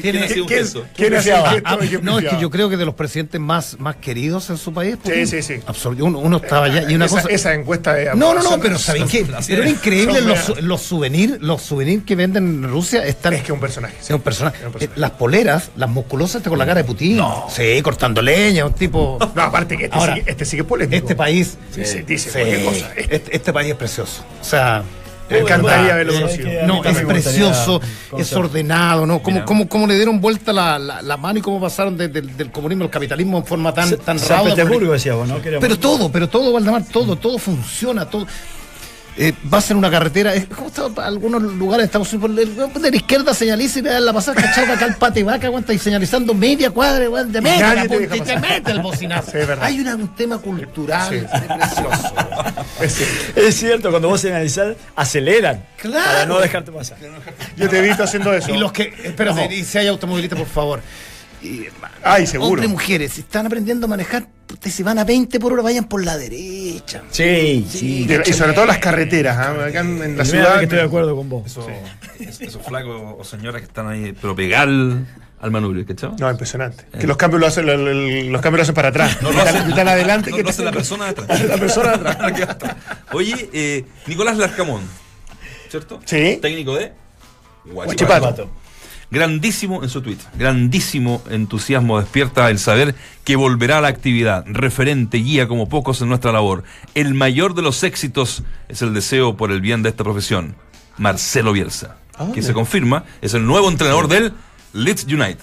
¿Quién
quién-
hacía un
quién-
gesto?
quién hacía un gesto
Ah,
y quién
no, es que
pifiaba.
yo creo que de los presidentes más, más queridos en su país. Putin.
sí, sí.
Absol- Uno, uno estaba allá y una
esa,
cosa.
esa encuesta de
No, no, no,
aprobación-
pero ¿sabéis qué?
son-
Pero era increíble
son
los,
mega-
su- los souvenirs, los souvenirs que venden en Rusia están.
Es que es un personaje.
Sí, un personaje.
Es un personaje. Mm.
Eh, las poleras, las musculosas, este con la cara de Putin. Sí, cortando leña, un tipo.
No, aparte que este,
Ahora,
sigue, este sigue polémico.
Este país.
Sí, sí, dice
Sí,
cualquier cosa. Este-
Este, este país es precioso. O sea.
Me encantaría
verdad,
haberlo
eh,
conocido.
que a mí
No, es
también me
precioso,
gustaría
es
conocer.
ordenado, ¿no? ¿Cómo, cómo, cómo le dieron vuelta la, la- la mano y cómo pasaron de- del- del comunismo al capitalismo en forma tan, tan
San
rauda?
Petersburgo decía vos, ¿no? Que era
Pero
muy-
todo, pero todo, Valdemar, todo, todo funciona, todo. Eh, vas en una carretera, es como está para algunos lugares de Estados Unidos, por el- de la izquierda señaliza y le dan la pasada cachada acá al pate vaca, aguanta y señalizando media cuadra, weón, te mete,
nadie
la
te
punta
deja
y te
pasar.
mete el bocinazo.
Sí, es verdad.
Hay una- un tema cultural
Sí.
es precioso.
Es cierto.
Es cierto, cuando vos analizás, aceleran.
Claro.
Para no dejarte pasar.
Yo te he visto haciendo eso.
Y los que, eh, espérate, y si hay automovilistas, por favor. Y,
Ay, seguro.
Hombres y mujeres, si están aprendiendo a manejar, puta, si van a 20 por hora, vayan por la derecha.
Sí, sí.
Y sobre todo las carreteras, ¿ah? acá en, en la
Primera vez
ciudad.
que estoy de acuerdo con vos.
Esos, esos flacos o señoras que están ahí, pero pegar al, al manubrio, ¿cachai?
No, impresionante. Que los cambios lo hacen, lo- lo- los cambios lo hacen para atrás. No, están, están adelante.
no,
que
lo hace la persona de atrás.
La persona de atrás.
La que va atrás. Oye, eh, Nicolás Larcamón, ¿cierto?
Sí.
Técnico de
Guachipato.
Grandísimo en su tweet, grandísimo entusiasmo despierta el saber que volverá a la actividad, referente, guía como pocos en nuestra labor. El mayor de los éxitos es el deseo por el bien de esta profesión. Marcelo Bielsa, que se confirma, es el nuevo entrenador del Leeds United.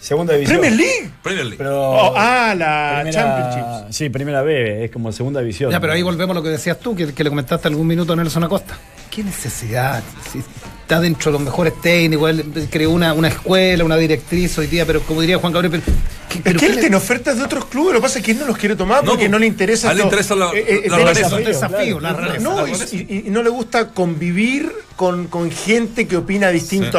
Segunda división.
Premier League.
Premier League.
Pero
Oh, ah, la
primera-
Championship.
Sí, primera B, es como segunda división.
Ya, pero ahí volvemos a lo que decías tú, que, que le comentaste algún minuto a Nelson Acosta. ¿Qué necesidad? Si está dentro de los mejores técnicos, él él creó una, una escuela, una directriz hoy día, pero como diría Juan Gabriel, pero, ¿qué-
Es
pero
que
qué
él
le-
tiene ofertas de otros clubes, lo que pasa es que él no los quiere tomar
No,
porque
pues,
no le interesa.
a él le
lo-
interesa la- la
tener-
rareza.
desafío, desafío, la
claro.
rareza.
No, y, y- y no le gusta convivir con, con gente que opina distinto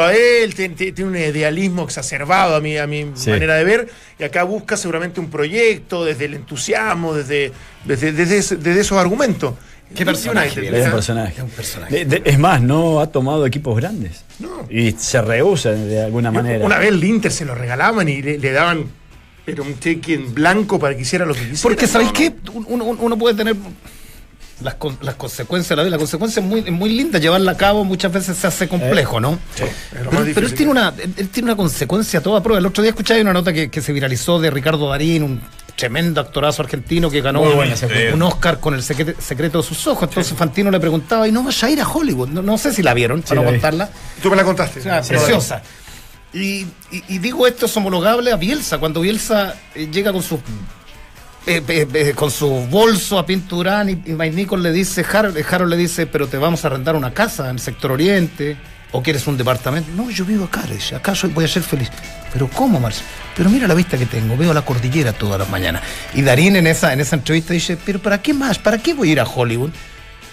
Sí.
a él, tiene, tiene- tiene un idealismo exacerbado a mi, a mi
Sí.
manera de ver, y acá busca seguramente un proyecto desde el entusiasmo, desde, desde, desde, ese- desde esos argumentos.
Qué personaje,
United,
Es un
¿ah?
personaje.
Es un personaje.
De- de- es más, no ha tomado equipos grandes. Y se rehúsa de alguna manera.
Una vez el Inter se lo regalaban y le, le daban pero un cheque en blanco para que hiciera lo que quisiera.
Porque, ¿sabéis
No, no.
qué? Uno, uno- uno puede tener las, con- las consecuencias de la vida. La consecuencia es muy, es muy linda, llevarla a cabo muchas veces se hace complejo, ¿no?
Eh, es lo más
Pero, pero él,
difícil.
tiene una, él él tiene una consecuencia a toda prueba. El otro día escuché una nota que, que se viralizó de Ricardo Darín, un tremendo actorazo argentino que ganó
Muy
un,
buena esa película.
un Oscar con el secre- secreto de sus ojos. Entonces Fantino le preguntaba, ¿y no vaya a ir a Hollywood? No, no sé si la vieron, para
la
no
vi.
contarla.
Tú me la contaste.
O sea,
Sí.
preciosa. Y, y- y digo esto es homologable a Bielsa. Cuando Bielsa eh, llega con su eh, eh, eh, con su bolso a Pinturán y, y Mike Nichols le dice, Harold, eh, Harold le dice, pero te vamos a arrendar una casa en el sector oriente o quieres un departamento. No, yo vivo acá, le dice, acá soy, voy a ser feliz. Pero ¿cómo, Marcelo? Pero mira la vista que tengo, veo la cordillera todas las mañanas. Y Darín en esa, en esa entrevista dice, pero ¿para qué más? ¿Para qué voy a ir a Hollywood?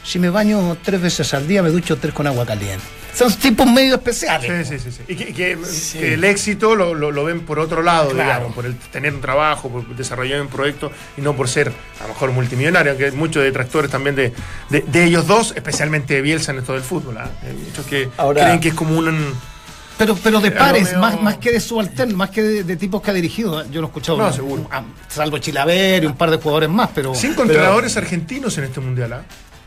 Si me baño tres veces al día, me ducho tres con agua caliente. Son tipos medio especiales.
Sí, sí, sí, sí. Y que, que- que el éxito lo, lo- lo ven por otro lado, digamos, por el tener un trabajo, por desarrollar un proyecto y no por ser a lo mejor multimillonario, aunque hay muchos detractores también de, de- de ellos dos, especialmente de Bielsa en esto del fútbol. ¿ah? Hay muchos que
Ahora-
creen que es como un.
Pero, pero de pares,
Romeo-
más, más que de subalternos, más que de, de tipos que ha dirigido. ¿eh? Yo lo he escuchado.
No, seguro.
Ah, salvo Chilaver y un par de jugadores más, pero.
Cinco entrenadores argentinos en este mundial, ¿ah?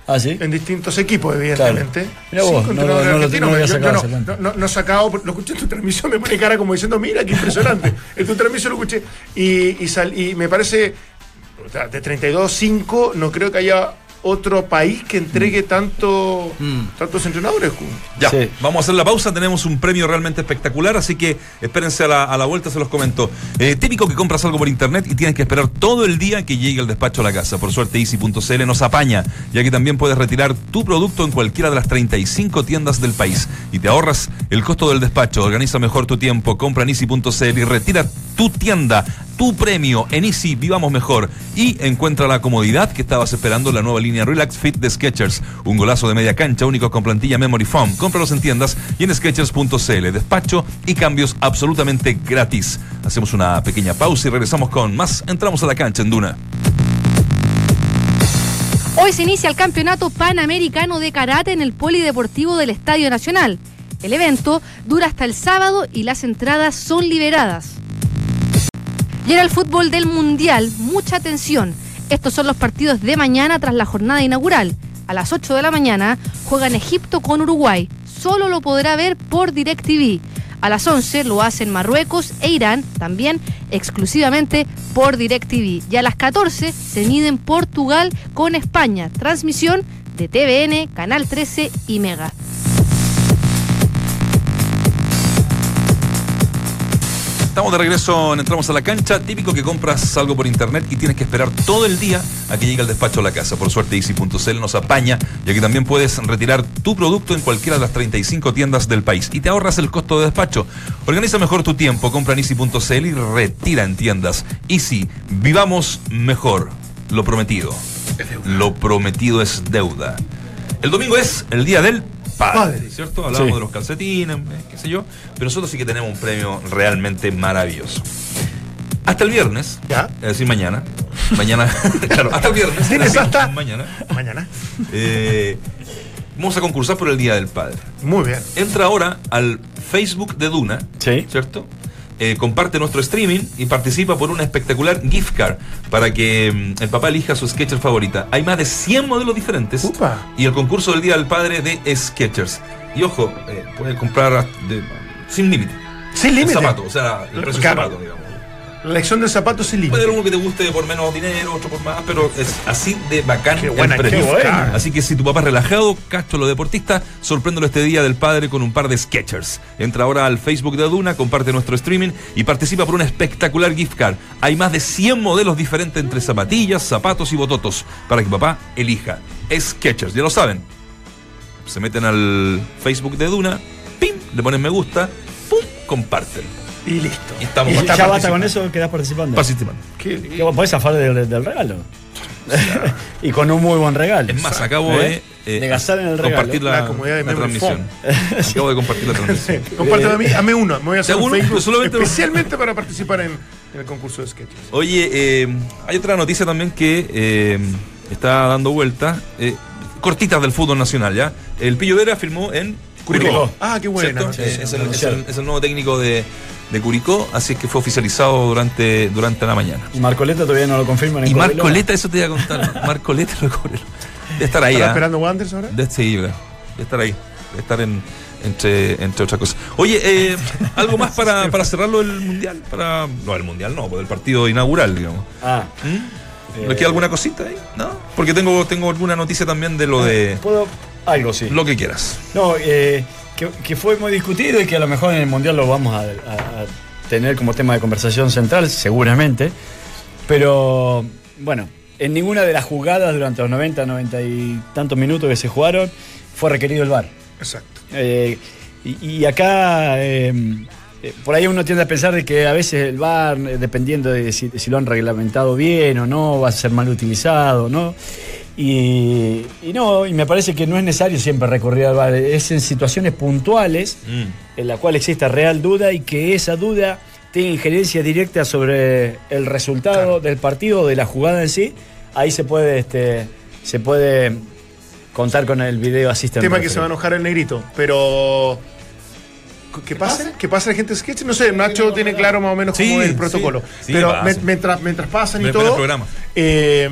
Ah, sí.
en distintos equipos, evidentemente.
Mira vos,
Cinco
no-
entrenadores
no lo-
argentinos,
no lo
yo-
había
yo
sacado
no-
hace tanto.
no- no- no sacado, lo escuché en tu transmisión, me pone cara como diciendo, mira, qué impresionante. en tu transmisión lo escuché. Y, y, sal- y me parece, o sea, de 32-5, no creo que haya otro país que entregue
Mm.
tanto, tantos entrenadores. Cu.
Ya,
Sí.
vamos a hacer la pausa. Tenemos un premio realmente espectacular, así que espérense a la, a la vuelta, se los comento. Eh, típico que compras algo por internet y tienes que esperar todo el día que llegue el despacho a la casa. Por suerte, Easy.cl nos apaña, ya que también puedes retirar tu producto en cualquiera de las 35 tiendas del país y te ahorras el costo del despacho. Organiza mejor tu tiempo, compra en Easy.cl y retira tu tienda. Tu premio en Easy Vivamos Mejor y encuentra la comodidad que estabas esperando en la nueva línea Relax Fit de Skechers. Un golazo de media cancha único con plantilla Memory Foam. Cómpralos en tiendas y en Skechers.cl. Despacho y cambios absolutamente gratis. Hacemos una pequeña pausa y regresamos con más. Entramos a la cancha en Duna.
Hoy se inicia el Campeonato Panamericano de Karate en el Polideportivo del Estadio Nacional. El evento dura hasta el sábado y las entradas son liberadas. Y era el fútbol del Mundial, mucha atención. Estos son los partidos de mañana tras la jornada inaugural. A las 8 de la mañana juegan Egipto con Uruguay. Solo lo podrá ver por DirecTV. A las 11 lo hacen Marruecos e Irán, también exclusivamente por DirecTV. Y a las 14 se miden Portugal con España. Transmisión de TVN, Canal 13 y Mega.
Estamos de regreso en Entramos a la Cancha. Típico que compras algo por internet y tienes que esperar todo el día a que llegue al despacho a la casa. Por suerte, Easy.cl nos apaña, ya que también puedes retirar tu producto en cualquiera de las 35 tiendas del país y te ahorras el costo de despacho. Organiza mejor tu tiempo, compra en Easy.cl y retira en tiendas. Easy, vivamos mejor. Lo prometido. Lo prometido es deuda. El domingo es el día del padre, ¿cierto? Hablábamos
Sí.
de los calcetines, eh, qué sé yo, pero nosotros sí que tenemos un premio realmente maravilloso. Hasta el viernes,
Ya.
es decir, mañana. Mañana, claro, hasta el viernes. es
Tienes
decir,
hasta-
Mañana.
Mañana.
eh, vamos a concursar por el Día del Padre.
Muy bien.
Entra ahora al Facebook de Duna,
Sí.
¿cierto? Eh, comparte nuestro streaming y participa por una espectacular gift card para que mm, el papá elija su Sketcher favorita. Hay más de 100 modelos diferentes
Upa.
y el concurso del Día del Padre de Sketchers. Y ojo, eh, puedes comprar de- sin límite.
Sin
El
límite.
zapato, o sea, el precio del
Claro.
zapato, digamos.
La elección del zapato sin
Puede
límite.
haber uno que te guste por menos dinero, otro por más, pero es así de bacán.
Qué buena,
el premio.
qué buena.
Así que si tu papá es relajado, cacho lo deportista, sorpréndelo este día del padre con un par de sketchers. Entra ahora al Facebook de Duna, comparte nuestro streaming y participa por una espectacular gift card. Hay más de 100 modelos diferentes entre zapatillas, zapatos y bototos para que papá elija. Sketchers, ya lo saben. Se meten al Facebook de Duna, pim, le ponen me gusta, pum, comparten.
Y listo.
Y estamos
Y
participando.
ya basta con eso, quedás participando.
Participando.
Que vos podés zafar del, del regalo. y con un muy buen regalo.
Es más, acabo
¿Eh?
de, eh,
De gastar en el regalo.
compartir la,
La comodidad de
la
Memory
transmisión. Acabo de compartir la transmisión.
Compártelo a mí, hazme uno. Me voy a hacer
¿Te hago
un
uno?
Facebook
Solamente-
especialmente para participar en, en el concurso de sketches.
Oye, eh, hay otra noticia también que eh, está dando vuelta. eh, cortitas del fútbol nacional, ¿ya? El Pillo Vera firmó en Curicó.
Curicó.
Ah, qué buena.
¿Cierto? Eh,
noticia.
es, el, es el- es el nuevo técnico de, de Curicó, así es que fue oficializado durante, durante la mañana.
Y Marcoleta todavía no lo confirman. en
Y
Cobreloa.
Marcoleta, eso te iba a contar. Marcoleta lo cobró. Debe estar ahí.
¿Estás
¿ah?
esperando Wanderers ahora?
De este libro. De estar ahí. De estar en, entre, entre otras cosas. Oye, eh, algo más para, para cerrarlo el mundial. Para, no, el mundial no, por el partido inaugural, digamos.
Ah, Eh,
¿Le queda alguna cosita ahí? ¿No? Porque tengo, tengo alguna noticia también de lo de.
¿puedo? Algo sí.
Lo que quieras.
No, eh, que, que fue muy discutido y que a lo mejor en el Mundial lo vamos a, a- a tener como tema de conversación central, seguramente. Pero, bueno, en ninguna de las jugadas durante los 90, 90 y tantos minutos que se jugaron, fue requerido el VAR.
Exacto.
Eh, y, y acá, eh, eh, por ahí uno tiende a pensar de que a veces el VAR, eh, dependiendo de si, si lo han reglamentado bien o no, va a ser mal utilizado, ¿no? Y, y no, y me parece que no es necesario siempre recurrir al VAR, es en situaciones puntuales
Mm.
en la cual exista real duda y que esa duda tenga injerencia directa sobre el resultado del partido o de la jugada en sí, ahí se puede, este, se puede contar con el video asistente.
Tema que se va a enojar el negrito, pero. ¿Qué pasa? ¿Qué pasa la gente de sketch? No sé, Nacho tiene claro más o menos
Sí,
cómo es el
sí,
protocolo.
sí,
pero
pasa.
me- mientras, mientras pasan y
Ven, ven al
todo.
programa.
eh,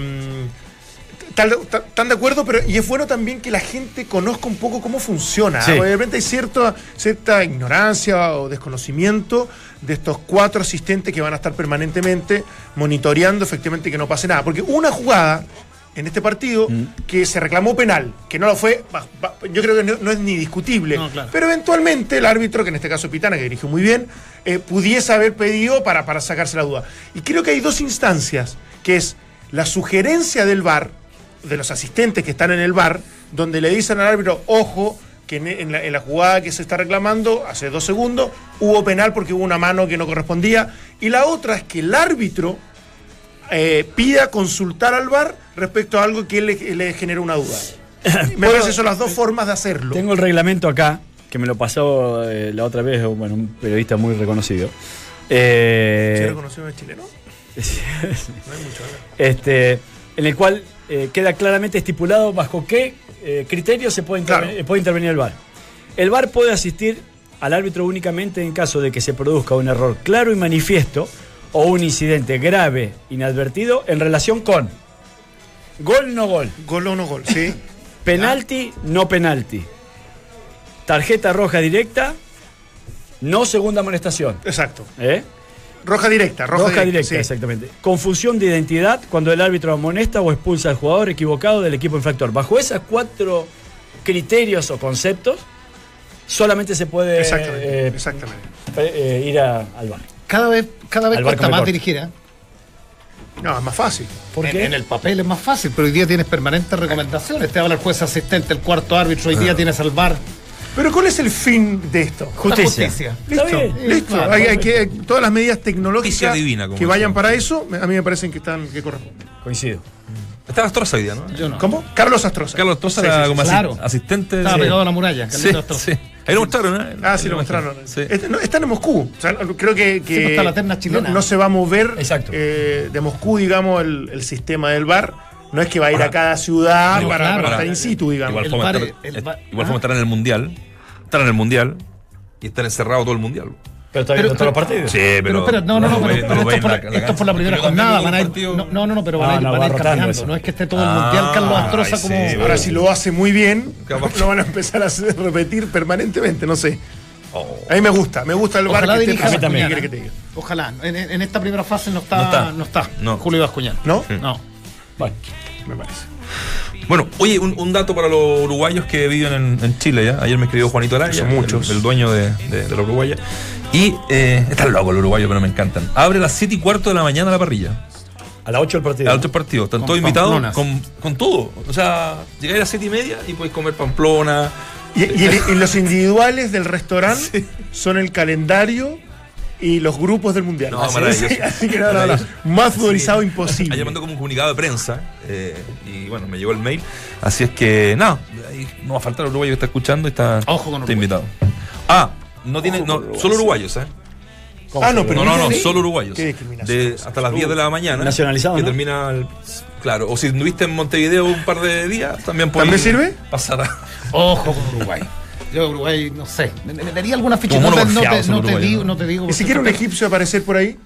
tal- ta- Están de acuerdo, pero y es bueno también que la gente conozca un poco cómo funciona.
Sí.
Porque de repente hay cierta, cierta ignorancia o desconocimiento de estos cuatro asistentes que van a estar permanentemente monitoreando efectivamente que no pase nada. Porque una jugada en este partido que se reclamó penal, que no lo fue, bah, bah, yo creo que no, no es ni discutible. Pero eventualmente el árbitro, que en este caso Pitana, que dirigió muy bien, eh, pudiese haber pedido para, para sacarse la duda. Y creo que hay dos instancias, que es la sugerencia del VAR, de los asistentes que están en el bar, donde le dicen al árbitro, ojo, que en, en la, en la jugada que se está reclamando, hace dos segundos, hubo penal porque hubo una mano que no correspondía. Y la otra es que el árbitro eh, pida consultar al bar respecto a algo que le, le generó una duda. Me parece que son las dos formas de hacerlo.
Tengo el reglamento acá, que me lo pasó eh, la otra vez, bueno, un periodista muy reconocido.
¿Se
Eh,
reconoció en el chileno? No hay mucho. ¿verdad?
este, en el cual eh, queda claramente estipulado bajo qué eh, criterios se puede, interve-
Claro.
eh, puede intervenir el VAR. El VAR puede asistir al árbitro únicamente en caso de que se produzca un error claro y manifiesto o un incidente grave, inadvertido, en relación con gol no gol,
Gol o no gol, sí.
penalti no penalti, tarjeta roja directa, no segunda amonestación.
Exacto.
¿eh?
Roja directa, roja,
Roja, directa,
sí.
exactamente. Confusión de identidad cuando el árbitro amonesta o expulsa al jugador equivocado del equipo infractor. Bajo esos cuatro criterios o conceptos, solamente se puede
Exactamente,
eh,
exactamente.
pe- eh, ir a- al bar.
Cada vez, cada vez
Al barco
cuesta más
mejor.
dirigir, ¿eh?
No, es más fácil.
¿Por
en,
qué?
en el papel es más fácil, pero hoy día tienes permanentes recomendaciones. Te habla el juez asistente, el cuarto árbitro, hoy día tienes al bar.
Pero ¿cuál es el fin de esto?
Justicia.
La justicia.
Está
Listo,
bien.
listo.
claro,
Hay- hay que- todas las medidas
Justicia
tecnológicas
divina, como
que vayan
decimos.
para eso, me- a mí me parecen que están que corresponden.
Coincido.
Estaba Astroza hoy día, ¿no?
Yo no.
¿Cómo? Carlos Astroza.
Carlos Astroza
Sí, sí,
era
sí,
como
sí.
asi-
Claro.
asistente.
Estaba
Sí.
pegado a la muralla.
Sí,
Carlitos Astroza.
sí. Ahí lo mostraron, ¿eh?
Ah, sí, lo mostraron.
Sí.
Est- no, están en Moscú. O sea, no- creo que, que
Sí, no está la terna chilena.
no- no se va a mover
Exacto.
eh, de Moscú, digamos, el, el sistema del bar. No es que va a ir a cada ciudad
Digo,
Ah, para,
claro.
para estar
Para-
in situ, digamos.
Igual
El
fue
bar-
estar,
el
eh,
bar-
igual
ah.
fue estar en el mundial. Estar en el mundial y estar encerrado todo el mundial.
Pero está viendo
Pero-
todos los
pero-
partidos.
Sí,
Pero espera, no, no, no, pero- pero esto es por la- esto es por la primera jornada. Van a ir, no, no, no, no, pero van a
Ah,
ir,
no,
van a
va
ir
rotando
cambiando.
eso.
No es que esté todo el
Ah,
mundial Carlos Astroza
ay, sí,
como.
Ahora, si lo hace muy bien,
Capaz.
lo van a empezar a hacer repetir permanentemente, no sé.
Oh.
A mí me gusta, me gusta el bar
Ojalá
que esté
dirija
pasando.
también.
¿Qué quiere que te diga?
Ojalá. En, en esta primera fase no está,
No está.
no está.
No.
Julio Bascuñán.
¿No?
No.
Bueno,
Me parece.
Bueno, oye, un, un dato para los uruguayos que viven en, en Chile ya. Ayer me escribió Juanito Araya,
Son muchos.
El, el dueño de, de, de la Uruguaya. Y eh, están locos los uruguayos, pero me encantan. Abre a las 7 y cuarto de la mañana la parrilla.
a las 8 el partido.
Al otro partido. Están
Con
todos invitados
pamplonas.
con, con todo. O sea, llegáis a las 7 y media y podéis comer pamplona.
Y, y el- y los individuales del restaurante son el calendario y los grupos del mundial.
No,
así,
maravilloso.
así que no, no, no.
Maravilloso.
Más futbolizado
Sí.
imposible.
Ayer mandó como un comunicado de prensa eh, y bueno, me llegó el mail. Así es que nada, ahí no va a faltar el uruguayo que está escuchando y está,
Ojo con
está
Uruguay.
invitado. Ah, no tiene, no, solo uruguayos, ¿eh?
Ah, no, pero
No, no, no,
mira,
solo uruguayos.
Qué discriminación.
De, hasta las 10 de la mañana.
Nacionalizado,
Que
¿no?
termina, el- claro, o si estuviste en Montevideo un par de días, también podés
¿También sirve?
Pasar a...
Ojo con Uruguay. Yo Uruguay, no sé. Me, me- me daría alguna ficha.
Como
No te,
mono
no te-
porfiado son
no te
uruguayos,
digo,
¿no?
no te digo.
Ni siquiera un egipcio aparecer por ahí.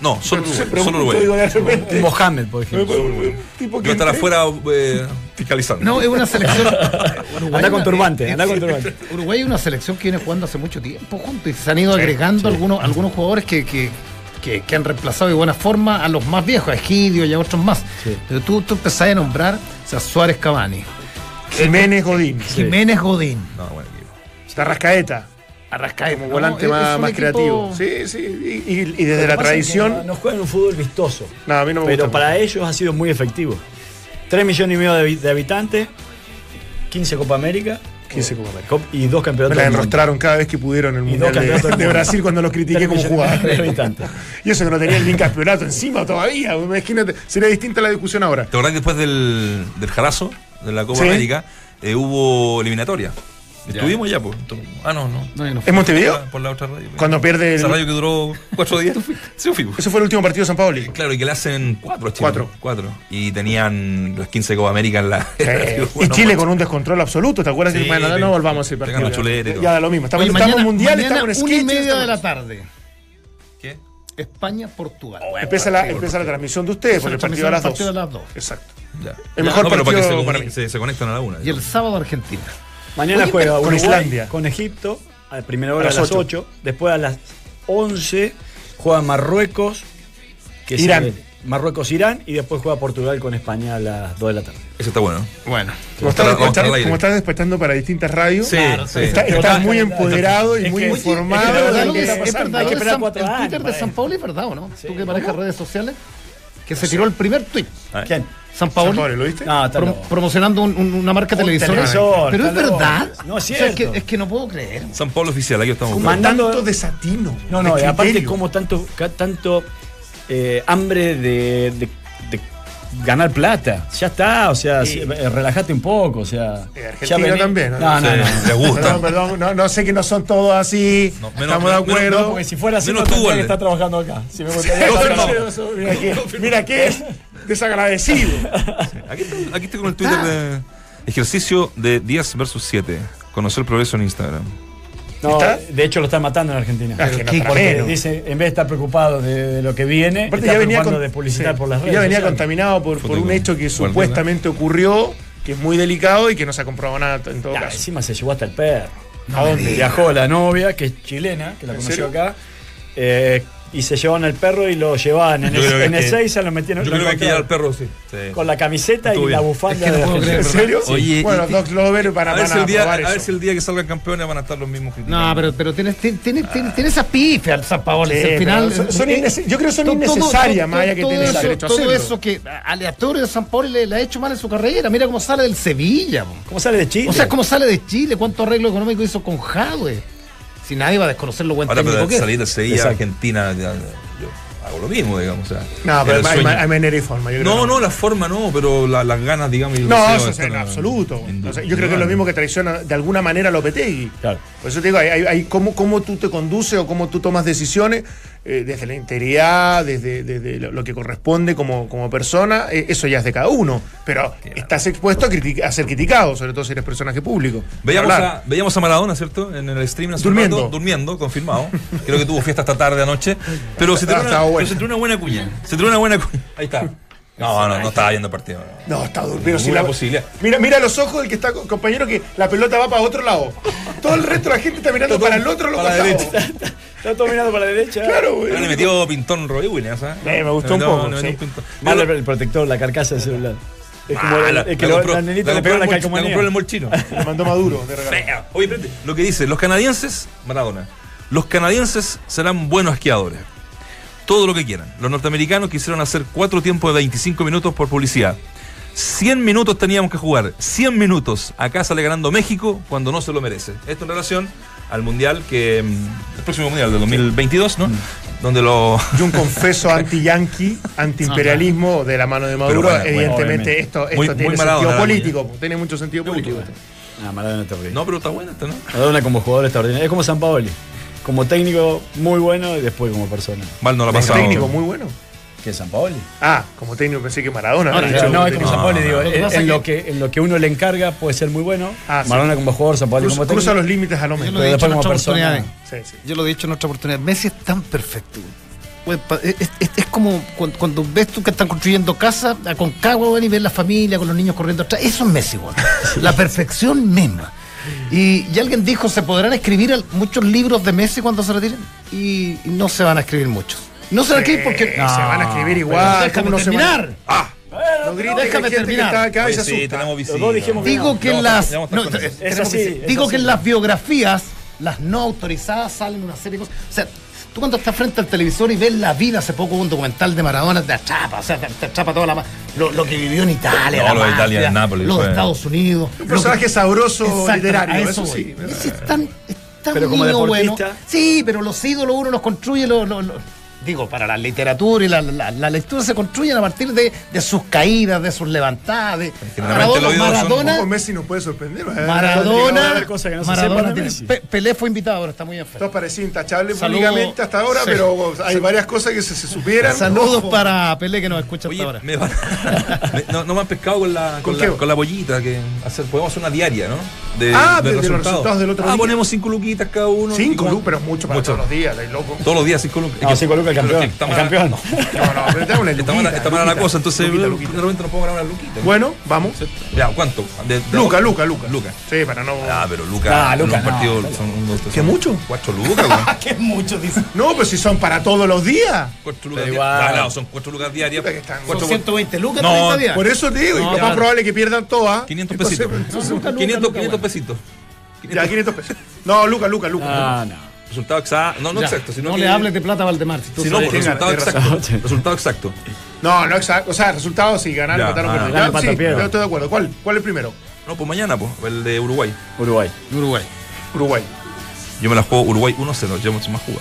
No, solo
Se
uruguayos.
pregunta,
Solo uruguayos.
digo, de repente,
Mohamed, por ejemplo.
un tipo
Yo estar
entre-
afuera eh, fiscalizando.
No, es una selección. Uruguay
Anda con
es-
turbante,
es-
anda con turbante.
Uruguay es una selección que viene jugando hace mucho tiempo juntos y se han ido agregando algunos, algunos jugadores que, que, que- que han reemplazado de buena forma a los más viejos, a Egidio y a otros más.
Sí.
Pero tú, tú empezás a nombrar o sea, Suárez Cavani,
Jiménez Godín.
Jiménez Godín,
No, bueno, equipo.
Tarrascaeta.
Arrascaeta.
Como
¿no?
volante
Es- es
más,
un
más
equipo-
creativo. Sí, sí. Y, y- y desde la
Pasa es que
tradición.
no- Nos juegan un fútbol vistoso.
No, a mí no me
pero
gusta
para ellos ha sido muy efectivo. 3 millones y medio de, habi- de habitantes, 15 Copa América
15 Copa América.
Cop- y dos
Me
campeonatos
la
del mundo.
enrostraron cada vez que pudieron en el
Y dos
Mundial de,
campeonatos del
de
mundo.
Brasil cuando los critiqué
Tres
como
millones
jugador.
de habitantes.
Y eso que no tenía el link campeonato encima todavía. Imagínate, sería distinta la discusión ahora.
¿Te acordás que después del, del jalazo de la Copa
Sí.
América eh, hubo eliminatoria? Estuvimos ya, pues. Entonces, Ah, no, no.
No, yo no fui.
¿En Montevideo?
Por la otra radio. pues.
Cuando pierde el-
Esa radio que duró cuatro días. sí, yo fui, pues.
Ese fue el último partido de San Paoli.
Claro, y que le hacen cuatro, Chile.
Cuatro.
Cuatro. Y tenían las 15 Copa América en la.
Eh, y Chile con un descontrol absoluto, ¿te acuerdas?
Sí,
que bueno,
le-
no volvamos a ese
le pegan los
partido.
chuletes y
Ya,
todo.
ya da lo mismo. Estamos,
Oye,
estamos
mañana-
en mundial,
mañana
estamos en
una y
sketches,
media de
estamos-
la tarde.
¿Qué?
España-Portugal.
Oh,
Empieza la, empieza la transmisión de ustedes, porque el partido a las dos.
Partido a las dos.
Exacto.
Ya.
El mejor
no, pero para que
partido
se,
para
comuni-
mí.
se, se conectan a la una.
Y el sábado Argentina.
Ah, Mañana
Oye,
juega
pero-
Uruguay
con Islandia.
con Egipto, a primera hora
A
a
las
las,
8.
8. después a las 11 juega Marruecos, que es
Irán.
el- Marruecos-Irán, y después juega Portugal con España a las 2 de la tarde.
Eso está bueno. Vamos
Como
Bueno.
a estar-
estás
vamos a estar al
despachando,
aire.
como estás despachando para distintas radios,
Sí,
Claro,
sí.
estás
Pero
está
está
muy
calentado.
empoderado y
Es
muy
que-
informado
es que la verdad
de lo
lo
que
que
está
es- es
pasando.
verdad. Hay que
lo
esperar
San-
cuatro
el
años eh.
Twitter de
para
San
eso.
Paolo es verdad o no? Tú que manejas redes sociales, que se tiró el primer tweet.
¿Quién?
San
San
Paolo.
Paoli, ¿lo viste?
No, Ah, está
prom-
loco.
promocionando un- un- una marca
Un
televisora.
televisor,
Pero es
está loco.
verdad.
No, es
O sea, que,
cierto.
es que no puedo creer.
San Pablo oficial, aquí estamos.
Man- mandando-
tanto desatino.
No, no,
de
y aparte
criterio.
como tanto, ca- tanto eh, hambre de, de- de ganar plata. Ya está, o sea,
Sí.
si- eh, relájate un poco, o sea.
Eh,
ya
Argentina
vení-
también, ¿no?
No, no,
Sí,
no.
Les gusta.
Perdón, perdón, no, no sé que no son todos así.
No, menos-
estamos de
menos- menos-
acuerdo.
no,
Porque si fuera así,
Menos
no
tú,
tendría que
Walde.
estar trabajando acá. Si me gustaría
Confirmado.
estar-
Mira qué, mira qué desagradecido.
Aquí estoy, aquí estoy con el Twitter de ejercicio de 10 versus 7. Conocer el progreso en Instagram.
No,
¿Está?
de hecho lo están matando en Argentina.
Ah, que no
Porque
trajeron.
dice, en vez de estar preocupado de, de lo que viene,
Aparte
está
ya venía,
preocupando
con-
de publicitar
sí,
por las
ya
redes.
venía
sociales.
contaminado por, por
Foto
un
con
hecho que
Guardiola.
supuestamente ocurrió, que es muy delicado y que no se ha comprobado nada en todo
Ah,
caso.
encima se llevó hasta el perro.
No me digas.
Viajó la novia, que es chilena, que la
¿En
conoció
serio?
acá. eh, y se llevaban al perro y lo llevaban en,
Yo
el,
creo que
en
es que-
Ezeiza, lo metieron
Yo
lo
creo que hay que llevar
encontraron
al perro, sí. Sí.
con la camiseta
Estuvo
y la
bien.
bufanda
Es que no
de
puedo
Argentina.
¿En serio?
Sí. Oye,
bueno,
y-
Doc Lover para,
A ver, si
para
el día,
probar
a ver
eso.
si el día que salgan campeones van a estar los mismos
No, pero, pero tienes, tienes, tienes, tienes, tienes esas pifias, al San Paoli.
Ah. Sí,
al final,
pero son- son
eh,
innece- yo creo que son
todo- todo-
innecesarias, más allá que
todo
tienen
eso-
derecho a
Todo
hacerlo.
eso que a- aleatorio de San Paoli le, le ha hecho mal en su carrera. Mira cómo sale del Sevilla. po.
¿Cómo sale de Chile?
O sea, cómo sale de Chile, cuánto arreglo económico hizo con Jadwe. Si nadie va a desconocer lo buen
Ahora,
técnico
pero
que es.
salir de Sevilla
Exacto.
Argentina, ya- yo hago lo mismo, digamos. o sea,
No,
era el
pero hay,
sueño.
hay manera y forma. yo creo
no,
que
no, la forma no, pero la- las ganas, digamos. y el
No,
deseo
eso
de
es
estar
en
en-
absoluto.
en-
O sea, yo creo que es lo mismo que traiciona de alguna manera a Lopetegui.
Claro.
Por eso te digo, hay, hay- hay cómo, cómo tú te conduces o cómo tú tomas decisiones eh, desde la integridad, desde, desde lo lo que corresponde como, como persona, eh, eso ya es de cada uno. Pero estás expuesto a, criti- a ser criticado, sobre todo si eres personaje público.
Veíamos
Hablar.
a, veíamos a Maradona, ¿cierto? En el stream hace un
Durmiendo.
rato, durmiendo, confirmado. Creo que tuvo fiesta hasta tarde anoche. Pero se tiró,
Ah,
una,
estaba
pero
buena.
se tiró una buena cuña. Se tiró una buena cuña. Ahí está. No, no, no estaba viendo el partido. no.
No, está durmiendo.
Ninguna posibilidad.
Mira, mira los ojos del que está, co- compañero, que la pelota va para otro lado. Todo el resto de la gente está mirando para el otro
para la
lado.
derecha.
Está todo mirando para la derecha.
Claro, eh. güey.
Ahora Le metió pintón Roy Williams, ¿eh?
Eh, me gustó un
Le metió-
poco,
le metió
sí.
un pintón.
Malo Ah, el protector, la carcasa del celular. Es como
Ah,
el,
la-
es que
la
lo-
compró-
la nenita
la compró en
le pegó la
el mol- la
calcomanía.
compró en el molchino.
Le mandó Maduro de regalo.
Fea. Oye, espérate. Lo que dice, los canadienses, Maradona, los canadienses serán buenos esquiadores. Todo lo que quieran. Los norteamericanos quisieron hacer cuatro tiempos de 25 minutos por publicidad. 100 minutos teníamos que jugar. 100 minutos. Acá sale ganando México cuando no se lo merece. Esto en relación al mundial que. mm, El próximo mundial del 2022, ¿no? Donde lo.
y un confeso anti-yanqui, anti-imperialismo de la mano de
Pero
Maduro.
bueno, bueno,
Evidentemente,
obviamente.
esto, esto
Muy-
tiene
muy Maradona
sentido
la
político. Tiene mucho sentido político.
Ah, Maradona está horrible.
No, pero está buena esta, ¿no?
Maradona como jugador extraordinario. Es como San Paoli. Como técnico muy bueno y después como persona.
Mal no la
Es
pasamos.
técnico muy bueno.
¿Qué es San Paoli?
Ah, como técnico pensé que Maradona.
Ahora,
había dicho
no,
como
es como
técnico.
San Paoli, digo.
no.
en, en lo que, en lo que uno le encarga puede ser muy bueno.
Ah, sí.
Maradona como jugador, San Paoli
Cruza-
como
Cruza
técnico.
los límites al hombre.
Yo lo he
Pero
dicho
después
en
como
otra
persona-
oportunidad.
Sí, sí.
Yo lo he dicho en otra oportunidad. Messi es tan perfecto. Güey, pa- es, es- es como cuando, cuando ves tú que están construyendo casa a Concagua güey, y ves la familia con los niños corriendo atrás. Eso es Messi, güey. La perfección misma. Y, y alguien dijo, ¿se podrán escribir al- muchos libros de Messi cuando se retiren? Y, y no se van a escribir muchos. No se van a escribir porque...
Eh, se van a escribir igual,
pero Déjame
¿cómo no se van a-
terminar.
No grites,
Déjame
hay gente
terminar.
que está acá y
Oye,
se
sí,
asusta.
tenemos visita.
Los dos dijimos que-
Digo que
Ya
en
vamos a-
las.
ya vamos a estar
no,
con eso.
tenemos
Es así,
que-
es
digo
así.
que en las biografías, las no autorizadas, salen una serie de cosas. O sea, tú cuando estás frente al televisor y ves la vida, hace poco hubo un documental de Maradona, te atrapa, o sea, te, te atrapa toda la. ma- Lo, lo que vivió en Italia,
No,
la
lo de Italia,
mafia,
en Nápoles,
Lo de
fue-
Estados Unidos.
Un
lo
personaje sabroso
Exacto,
literario,
a
eso,
eso
sí.
voy. Ese es tan, es tan
Pero como
niño bueno.
deportista.
Sí, pero los ídolos uno los construye, los, los- los- digo, para la literatura y la, la- la lectura se construyen a partir de, de sus caídas, de sus levantadas. de-
Generalmente los ídolos son un
Maradona,
Ojo, Messi nos puede sorprender. ¿eh?
Va a
Maradona,
haber cosas que no se sepan
Maradona
de
tiene-
Messi.
Pe- Pelé fue invitado, ahora está muy
Esto ha
enfermo.
parecido intachable
Saludo-
públicamente hasta ahora,
Sí.
pero hay varias cosas que se, se supieran.
Saludos
Ojo.
para Pelé que nos escucha
Oye,
hasta ahora.
me van- me- no, no me han pescado con la,
¿Con
con la,
qué?
con la bollita que hacer, podemos hacer una diaria, ¿no? De,
Ah, de- de los resultados del otro
ah,
día.
ponemos cinco luquitas cada uno. y
Cinco
como-
lucas, pero es mucho para
Mucho.
todos los días, ahí, loco.
Todos los días cinco lucas.
No, se coloca el
Pero
campeón.
es que está
El
mala-
campeón.
No, no, pero dame una
Está mala,
luquita,
está mala la
luquita,
cosa, entonces
luquita,
eh,
luquita.
de repente no podemos ganar una luquita.
Bueno, vamos.
Ya, ¿cuánto? De- de-
Luca, Luca, Luca.
Luca.
Sí, para no.
Ah, pero Luca.
Ah,
en
Luca,
un
no.
partido son unos-
¿Qué
son
mucho?
Cuatro lucas, güey.
Que muchos dicen.
No, pero si son para todos los días.
Cuatro lucas diarias.
Pero igual.
Ah, no, son cuatro lucas diarias.
Puta que están-
Son
Cuatro
120 lucas,
No,
30 días.
Por eso te digo, y
No,
lo más
claro.
probable es que pierdan todas.
500
Entonces,
pesitos.
entonces,
500, 500 pesitos.
Ya, 500 pesos. No, Luca, Luca, Luca.
Ah, no.
Resultado exacto. ah, No, no
Ya,
exacto. Sino
no
que-
le hables de plata a Valdemar. si tú
Si no,
sabes
por
que-
tenga-
resultado
tenga
exacto. Resultado exacto.
No, no, exacto. O sea, resultados sí, ganaron,
Ya,
empataron,
ah,
perdieron.
gana,
Ya,
empata,
Sí,
pierde.
yo estoy de acuerdo. ¿Cuál, cuál es el primero?
No, pues mañana, pues, el de Uruguay.
Uruguay.
Uruguay.
Uruguay.
Yo me la juego Uruguay 1-0, yo más jugado.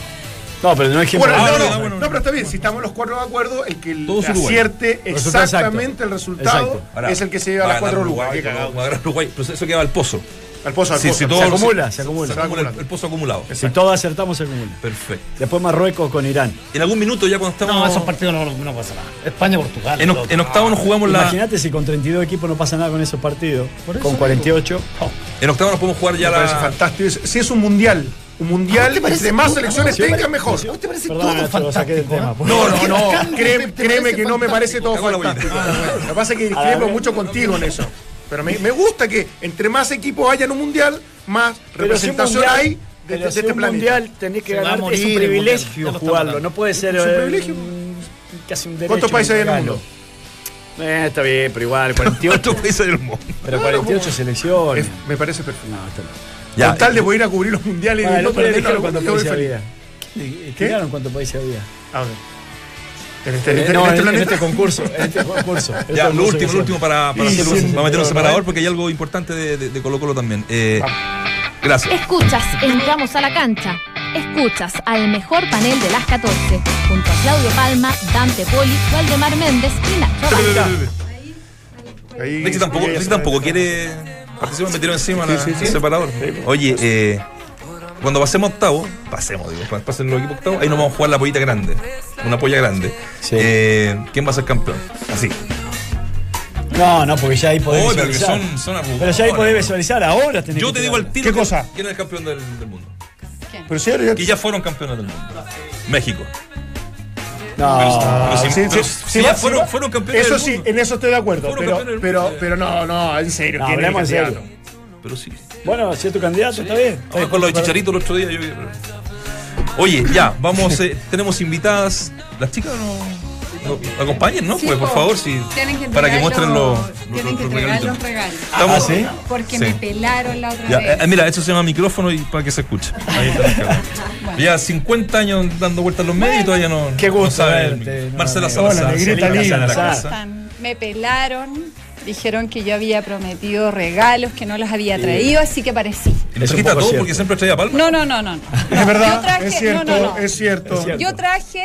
No, pero no es que.
Bueno,
ah,
no,
bueno,
no,
ah,
no,
bueno,
pero está bien. Si estamos los cuatro de acuerdo, el que el
Todos Uruguay.
acierte
Resultado exacto.
exactamente el resultado
Exacto.
Ahora,
es el que se lleva
va
las
ganar
cuatro Uruguay. Qué
pero
cagado.
va a ganar Uruguay, pero pues eso quedaba el pozo.
Al pozo, al
Sí,
pozo.
sí,
Se
todo-
acumula,
sí,
se acumula.
se acumula el, el pozo acumulado.
Si todos acertamos, se acumula.
Perfecto.
Después Marruecos con Irán.
En algún minuto, ya cuando estamos.
No, esos partidos no, no pasa nada. España-Portugal.
en,
loco.
oc- en octavo nos jugamos la.
Imagínate si con 32 equipos no pasa nada con esos partidos.
Por eso
Con
digo.
48.
En octavo nos podemos jugar ya
Me parece
la.
fantástico. Es- Si es un mundial, un mundial,
¿Te parece
entre más
tú?
selecciones
Sí, me
tenga,
parece-
mejor.
¿A vos te parece
Perdón,
todo
Nacho, lo saqué del
fantástico?
tema,
¿eh?
por
No,
favor.
no,
Porque
no.
bacán,
Créeme,
te- te
créeme
parece
que no me parece todo
Cago en la boina.
fantástico. Lo que pasa es que discrepo mucho contigo en eso. Pero me, me gusta que entre más equipos haya en un mundial, más
Pero si un
representación
mundial-
hay de- de,
pero
de
si
este
un
planeta.
mundial tenés que
Se va a
ganar.
morir
es un
el mundial, ya
privilegio
lo estamos
jugarlo.
hablando.
No puede ser.
un
eh,
privilegio.
mm, Casi un derecho.
¿Cuántos países hay en el
regalo.
mundo?
Eh, está bien, pero igual, 48.
¿Cuántos países del mundo?
pero 48 selecciones.
Es- me parece perfecto.
No, está bien.
Ya, eh,
Con tal de poder ir a cubrir los mundiales
Ah,
y
el
no
otro día
perder
dijeron
algo,
cuántos
yo voy
países
feliz.
había. Dijeron cuántos países había.
Ah, ok. En este, en este-
Eh, no,
en
en,
este
en
planeta.
este concurso. En este concurso. Este
Ya, lo
concurso
último,
que
lo último para, para,
Y
hacer un-
sí,
para meter un
sí,
separador
¿verdad?
porque hay algo importante de, de- de Colo Colo también. Eh, gracias.
Escuchas, entramos a la cancha. Escuchas al mejor panel de las 14, junto a Claudio Palma, Dante Poli, Waldemar Méndez y Nacho Abarca.
Ahí-
Richie tampoco,
ahí-
Richie tampoco quiere participar, me tiró encima la- el separador.
pues.
Oye, eh, cuando pasemos octavo, pasemos, digo, cuando pasen los equipos octavos, ahí nos vamos a jugar la pollita grande, una polla grande.
Sí.
Eh, ¿Quién va a ser campeón? Así.
No, no, porque ya ahí podés
Oh, pero que
visualizar.
son, son
Pero ya ahí
arrugadoras.
podés visualizar. Ahora tenés
Yo
que
te digo al
tirarla.
tiro.
¿Qué
quién-
cosa?
¿Quién es el campeón del, del mundo?
Pero si ahora ya-
Que ya fueron campeones del mundo. México.
No.
Pero si-
sí,
pero
sí,
si
sí,
ya
va-
fueron,
sí va.
fueron campeones
Eso
del
sí,
mundo.
en eso estoy de acuerdo.
Fueron
Pero,
campeones del
pero,
mundo.
pero no, no, en serio.
No,
¿quién es el
hablemos en
candidato?
serio.
Pero sí.
Bueno, si es tu candidato, está bien.
Ahora con lo de Chicharito el otro día. yo- Oye, ya, vamos, eh, tenemos invitadas. Las chicas no, no- acompañen, ¿no?
Sí,
pues por
po.
favor, sí,
Tienen que
para que
entregar
muestren los, los,
tienen que
los
entregar
regalitos.
los regalos.
Estamos-
Ah, ¿sí?
Porque
Sí.
me pelaron la otra
Ya,
vez.
eh, mira, eso se llama micrófono y para que se escuche. Ahí está el micrófono. Ya 50 años dando vueltas en los medios y todavía no.
Qué
no
gusto
sabe el
verte,
micrófono.
no,
Marcela
amigo.
Salazar.
Hola, Negrita
Marcela
linda.
Salazar.
Están- Me pelaron. Dijeron que yo había prometido regalos que no los había traído, así que
Y
parecí.
nos
Es un
trajiste a
poco
todos
cierto.
porque siempre traía palma.
No, no, no, no. no.
Es
Yo
verdad,
traje-
Ah, es cierto,
no, no, no.
es cierto.
Es cierto.
Yo traje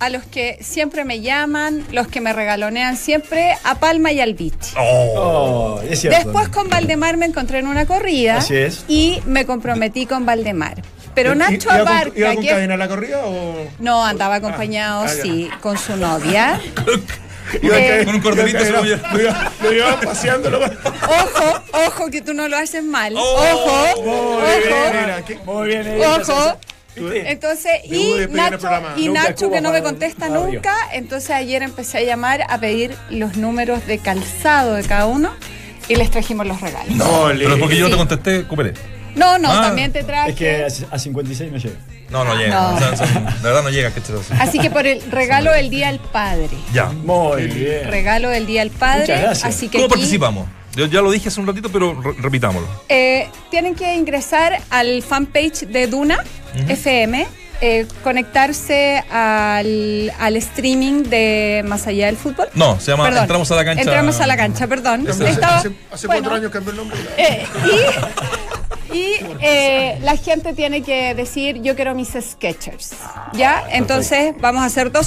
a los que siempre me llaman, los que me regalonean siempre, a Palma y al Beach.
Oh, es cierto.
Después con Valdemar me encontré en una corrida
Así es.
y me comprometí con Valdemar. Pero
¿Y-
Nacho
iba con- ¿Iba
Abarca,
con
que es-
cadena a la corrida o.?
no andaba acompañado,
ah, ya.
sí, con su novia.
Iba
Eh,
cadena-
con un cordelito
iba cadena-
se lo
Lo iba- lo llevaban paseándolo.
Ojo, ojo, que tú no lo haces mal. ojo,
Oh, Muy bien,
ojo,
nena, ¿qué-
Muy bien, Edith.
ojo. Entonces,
Me hubo
y
despedido en el
Nacho,
programa.
y
Nunca
Nacho
estuvo
que no me
para-
contesta
para
nunca, entonces ayer empecé a llamar a pedir los números de calzado de cada uno y les trajimos los regalos. No,
Pero es porque yo no te
Sí.
contesté, cooperé.
no,
Ah.
también te traje.
Es que a a 56 no llega.
No, no llega.
No.
O sea, son- la verdad no llega, ¿cachai?
Así que por el regalo del Día al Padre.
Ya.
Muy bien.
Regalo del Día al
Muchas
Padre.
gracias.
Así que
¿Cómo
aquí,
participamos? Yo ya lo dije hace un ratito, pero re- repitámoslo.
eh, tienen que ingresar al fanpage de Duna FM, eh, conectarse al, al streaming de Más Allá del Fútbol.
No, se llama
Perdón,
Entramos a la cancha.
Entramos a la cancha, perdón.
Hace,
Estaba-
hace- hace
bueno,
cuatro años cambió el nombre.
eh, y y, eh, la gente tiene que decir, yo quiero mis Sketchers. ¿Ya? Entonces vamos a hacer dos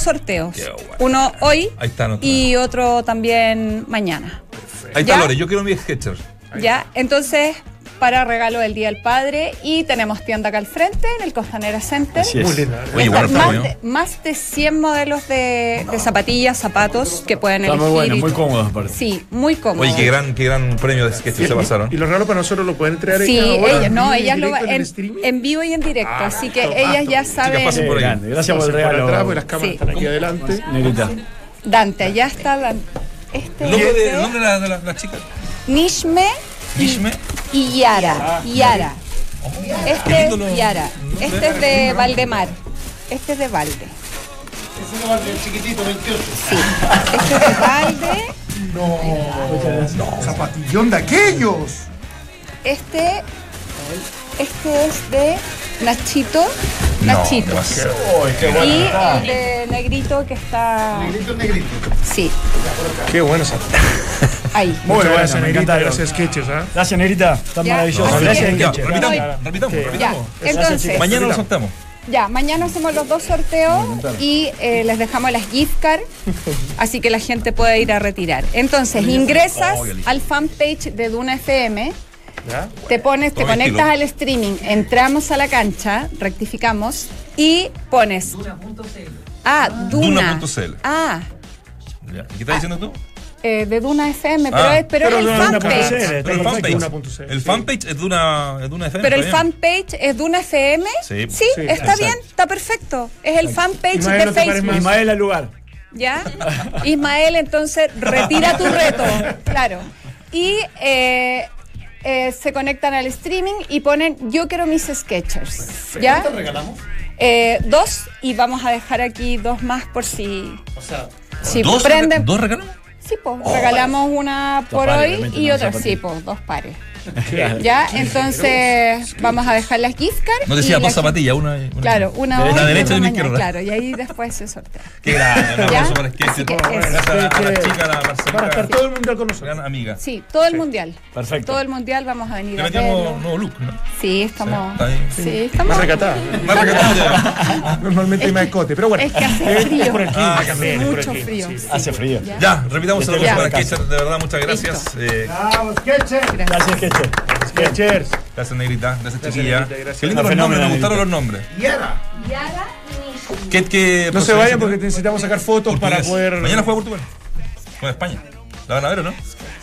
Ah,
sorteos.
Qué guay.
Uno hoy
Ahí está, no está.
y otro también mañana.
Ahí está
¿Ya?
Lore, yo quiero mi sketcher.
¿Ya? Entonces, para regalo del Día del Padre y tenemos tienda acá al frente, en el Costanera Center.
Así es.
Oye, bueno, está
más,
bueno.
de, más de 100 modelos de, de zapatillas, zapatos que pueden
Está
elegir.
muy bueno,
y-
muy cómodo aparte.
Sí, muy cómodo.
Oye, qué gran, qué gran premio de sketcher se
Y
pasaron.
los regalos para nosotros lo pueden entregar
Sí,
ellas ahora,
ellas, no,
en
ellas lo
directo
va-
en el
en,
streaming.
en vivo y en directo,
Ah,
así que
listo,
ellas
listo.
ya
Chicas, pasen
saben.
por
Qué
ahí.
grande. Gracias por el
Pasen
regalo.
atrás, porque las cámaras
Sí.
están aquí adelante.
Negrita.
Dante, allá está Dan- Este
¿El nombre de,
es
el nombre de la, de la- la chica?
Nishme
Gishme.
y
Ah,
Yara. Yara. Este
lindo lo-
es Yara. Este es de Valdemar. Este es de Valde. Este es de Valde.
No, zapatillón de aquellos.
Este, este es de Nachito. Nachito.
demasiado.
y el de Negrito que está.
Negrito, negrito.
Sí,
Qué bueno esa.
ahí.
Muy
bueno,
buena
me
negrita,
encantaron.
gracias Sketches, ¿ah?
Gracias, Negrita. Tan
Ya.
maravilloso.
Así
Gracias,
es.
Ya,
Negrita.
repitamos,
Ya.
repitamos,
Ya,
repitamos.
entonces.
Mañana lo soltamos.
Ya, mañana hacemos los dos sorteos y eh, les dejamos las gift card, así que la gente puede ir a retirar. Entonces, ingresas
Oh, qué lindo.
al fanpage de Duna FM,
¿Ya?
Te pones, te
Toma el
conectas
estilo.
al streaming, entramos a la cancha, rectificamos y pones. Ah, Duna.
Duna.cl.
Ah,
Ya. ¿Y ¿Qué estás diciendo tú?
eh, de Duna FM,
Ah.
pero es, pero
Pero
es el
Duna
fanpage.
punto cl.
Pero el
perfecto,
fanpage.
1.6,
El
sí.
fanpage es de una, es de una FM.
Pero el
está bien.
fanpage es Duna FM.
Sí,
Sí,
sí,
está
exacto.
bien, está perfecto. Es el fanpage
Ismael,
de
no te pares
Facebook.
más.
Ismael al lugar.
¿Ya? Ismael, entonces retira tu reto. Claro. Y eh, eh, se conectan al streaming y ponen yo quiero mis sketchers. ¿Ya?
regalamos?
Eh, dos y vamos a dejar aquí dos más por si,
O sea,
si
¿Dos,
prenden.
¿Dos regalos?
Sí, po, regalamos una por
pares,
hoy
obviamente,
y
no,
otra,
o sea,
sí, po, dos pares.
Claro.
¿Ya? Entonces vamos a dejar las gift cards.
No
y
decía
la
dos
gente-
zapatillas, una. una
Claro, una
La
hoy
derecha y una
mañana,
izquierda.
Claro, y ahí después se sortea.
Qué grande, un
¿Ya?
aplauso para Sketcher.
Así que eso.
Gracias a la, a la chica, a la
Para estar
Marcelita,
todo el mundo con nosotros.
gran amiga.
Sí, todo el mundial.
Perfecto.
Todo el mundial vamos a venir
Le
a
metíamos
verlo.
nuevo look, ¿no?
Sí, estamos.
Sí, está bien.
Sí, estamos.
Recatada.
Más recatado.
Ah, Normalmente hay más escote, pero bueno.
Es que hace
Eh,
frío.
es por el clima
Ah,
también,
hace
es por el
mucho
clima,
frío.
sí.
Hace frío.
Ya, repitamos el aplauso
Ya.
para Sketcher. De verdad, muchas gracias. Eh,
Gracias, Ketcher.
Skechers.
Gracias, Negrita. Gracias, chiquilla.
Negrita, gracias.
Qué lindo
Una
los nombres,
fenómena,
me gustaron
Negrita.
los nombres.
Yara.
¿Qué, qué
No se vayan porque necesitamos sacar fotos para
Portugués.
poder.
Mañana juega Portugal. Juega España. La van a ver, ¿o no?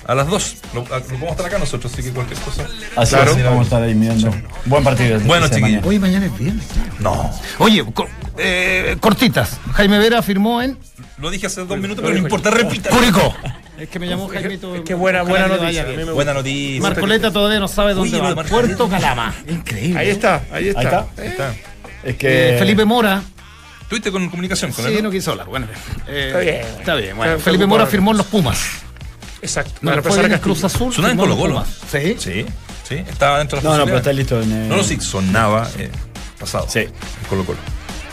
A las 2. Lo, a- lo podemos estar acá nosotros, así que cualquier cosa.
Así
Claro.
es, vamos a estar ahí mirando. Buen partido.
Bueno,
Esa
chiquillos.
mañana.
Hoy mañana es viernes. claro.
No.
Oye, co- eh, cortitas. Jaime Vera firmó en
Lo dije hace dos minutos, pero no importa, repita.
Curicó. Es que me llamó Jaimito.
Qué buena,
Ojalá
buena
que le
noticia.
vaya
A mí
bien.
me
Buena noticia.
Marcoleta todavía no sabe dónde
Uy, lo de
va.
Marcoleta.
Puerto Calama. Increíble.
Ahí está, ahí está.
Ahí está.
Ahí está.
Es que.
Eh, Felipe Mora.
Tuviste con comunicación con él.
Sí,
no?
no quiso hablar. Bueno, eh,
Está bien.
Está bien. bueno.
Está- está
Felipe Mora
ocupado.
firmó en los Pumas.
Exacto.
No
para
le fue
pasar
bien
a
en Cruz Azul.
Sonaba en
firmó los
Colo-Colo.
Pumas. Sí.
Sí, sí. Estaba dentro de las
No, no,
posibilidades.
pero está listo en. eh,
No, no, sí, sonaba eh, pasado.
Sí.
Colo Colo.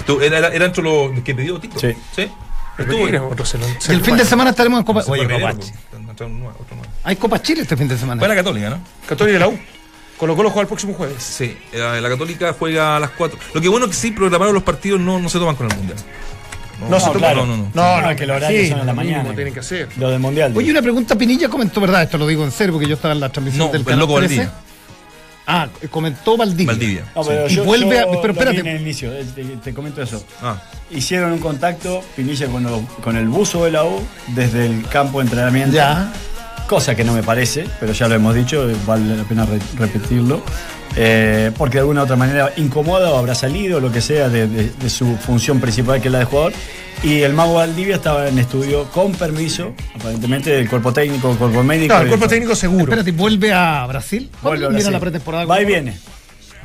Tú, era, era, era entre los que pidió Tito.
Sí.
Sí.
Estuvo
Estuvo.
otro se lo-
Y el fin de semana estaremos en Copa.
Se
Oye,
fue
Copa.
Pedro, pues, entró un nuevo, otro nuevo.
Hay Copa Chile este fin de semana.
Fue a la Católica, ¿no?
Católica de la U. Colocó los juega el próximo jueves.
Sí, eh, la Católica juega a las 4. Lo que bueno es que sí, programaron los partidos no, no se toman con el Mundial.
No se
toman.
toman.
No, no, no.
No, no, que los horarios
sí,
son a la
lo mínimo
mañana.
tienen que hacer.
Lo del mundial.
Oye, una pregunta, Pinilla comentó, ¿verdad? Esto lo digo en serio porque yo estaba en la transmisión
No,
del
el
canal
loco
13.
Valdivia.
Ah, comentó Valdivia.
Valdivia.
No, pero
Y
yo,
vuelve a-
yo lo
pero
vi
espérate.
en el inicio, eh, te, te comento eso.
Ah,
Hicieron un contacto, Pinilla con, lo- con el buzo de la U desde el campo de entrenamiento.
Ya.
Cosa que no me parece, pero ya lo hemos dicho, eh, vale la pena re- repetirlo. eh, porque de alguna u otra manera incomoda o habrá salido, lo que sea, de, de- de su función principal que es la de jugador. Y el mago Valdivia estaba en estudio con permiso, aparentemente del cuerpo técnico, cuerpo médico.
No, el
y-
cuerpo técnico seguro.
Espérate, ¿vuelve a Brasil?
Vuelve
Mira
a Brasil.
la pretemporada.
Va y viene.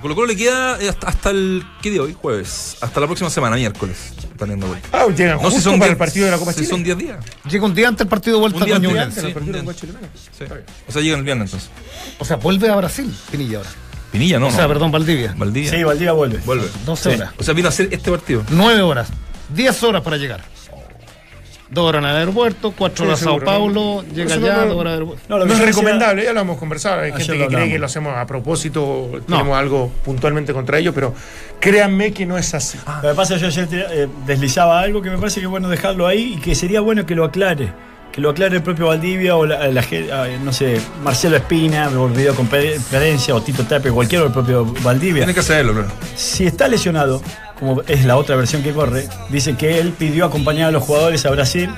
Colo Colo le queda eh, hasta, hasta el. ¿Qué día hoy? Jueves. Hasta la próxima semana, miércoles. Están yendo vuelta.
Ah, llegan
No sé si
justo
son
para
diez-
el partido de la Copa
si
Chile.
son 10 días.
Llega un día antes del partido de vuelta
Un día
con
antes,
Ñublense.
sí,
el partido de la Copa
un día-
Chilena.
sí. O sea, llegan el viernes entonces.
O sea, vuelve a Brasil, Pinilla ahora.
Pinilla, no.
O sea,
no.
perdón, Valdivia.
Valdivia.
Sí, Valdivia vuelve.
Vuelve.
12
Sí.
horas.
O sea, vino a hacer este partido.
9 horas. 10 horas para llegar. 2 horas al aeropuerto, 4
Sí,
horas a Sao
seguro,
Paulo,
¿no?
llega
Eso no
allá,
lo-
2 horas al aeropuerto.
lo
No,
que
es
yo quisiera-
recomendable, ya lo hemos conversado. Hay
Ayer
gente que
lo
cree
hablamos.
que lo hacemos a propósito,
No.
tenemos algo puntualmente contra ellos, pero créanme que no es así.
Ah.
Lo que pasa es que yo ayer tira- eh, deslizaba algo que me parece que es bueno dejarlo ahí y que sería bueno que lo aclare. Que lo aclare el propio Valdivia o la, la gen- ah, no sé, Marcelo Espina, me olvidó con Pere- Perencia o Tito Tape, cualquiera o el propio Valdivia.
Tiene que hacerlo, claro.
Si está lesionado, como es la otra versión que corre, dice que él pidió acompañar a los jugadores a Brasil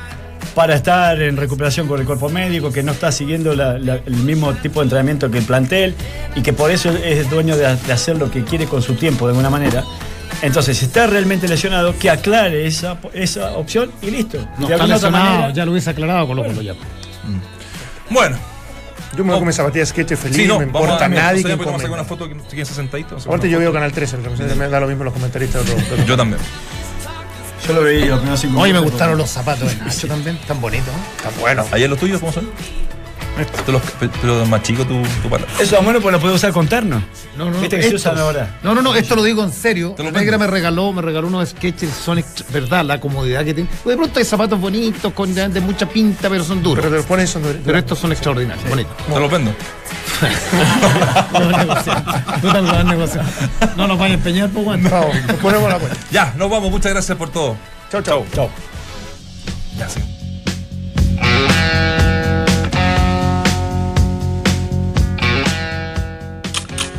para estar en recuperación con el cuerpo médico, que no está siguiendo la- la- el mismo tipo de entrenamiento que el plantel y que por eso es dueño de, de hacer lo que quiere con su tiempo de alguna manera. Entonces, si está realmente lesionado, que aclare esa, esa opción y listo.
No
de
está
alguna otra
lesionado,
manera-
ya lo hubiese aclarado con lo que lo llamo.
Bueno.
Yo me voy con mis zapatillas sketch feliz,
Sí, no,
me
vamos a-
importa a nadie.
no sé,
que
podemos sacar
comente.
una foto que no sé quién se sentadito. vamos a sacar
Aparte,
una
yo veo
foto.
Canal 13, entonces me da lo mismo los comentaristas. de otro-
Yo también.
Yo lo veía los primeros cinco
Oye, me
minutos.
gustaron los zapatos de Nacho también, tan bonitos.
Están buenos.
Ayer los tuyos, ¿cómo son? Tú los- pero más chico tu, tu pala.
Eso es bueno porque lo puede usar con terno.
No, no,
Viste que se
estos.
usan ahora.
No, no, no, esto lo digo en serio.
Te lo
La negra
vendo.
me regaló, me regaló unos sketches Sonic, ¿verdad? La comodidad que tiene. De pronto hay zapatos bonitos, con de mucha pinta, pero son duros.
Pero te
Pero,
los pones son duros.
estos son extraordinarios, bonitos.
Te los vendo.
No lo negociar. No te lo vas a negociar. No nos van a empeñar, pues bueno.
Vamos, nos ponemos la cuenta.
Ya, nos vamos. Muchas gracias por todo.
Chau, chau.
Ya, sí.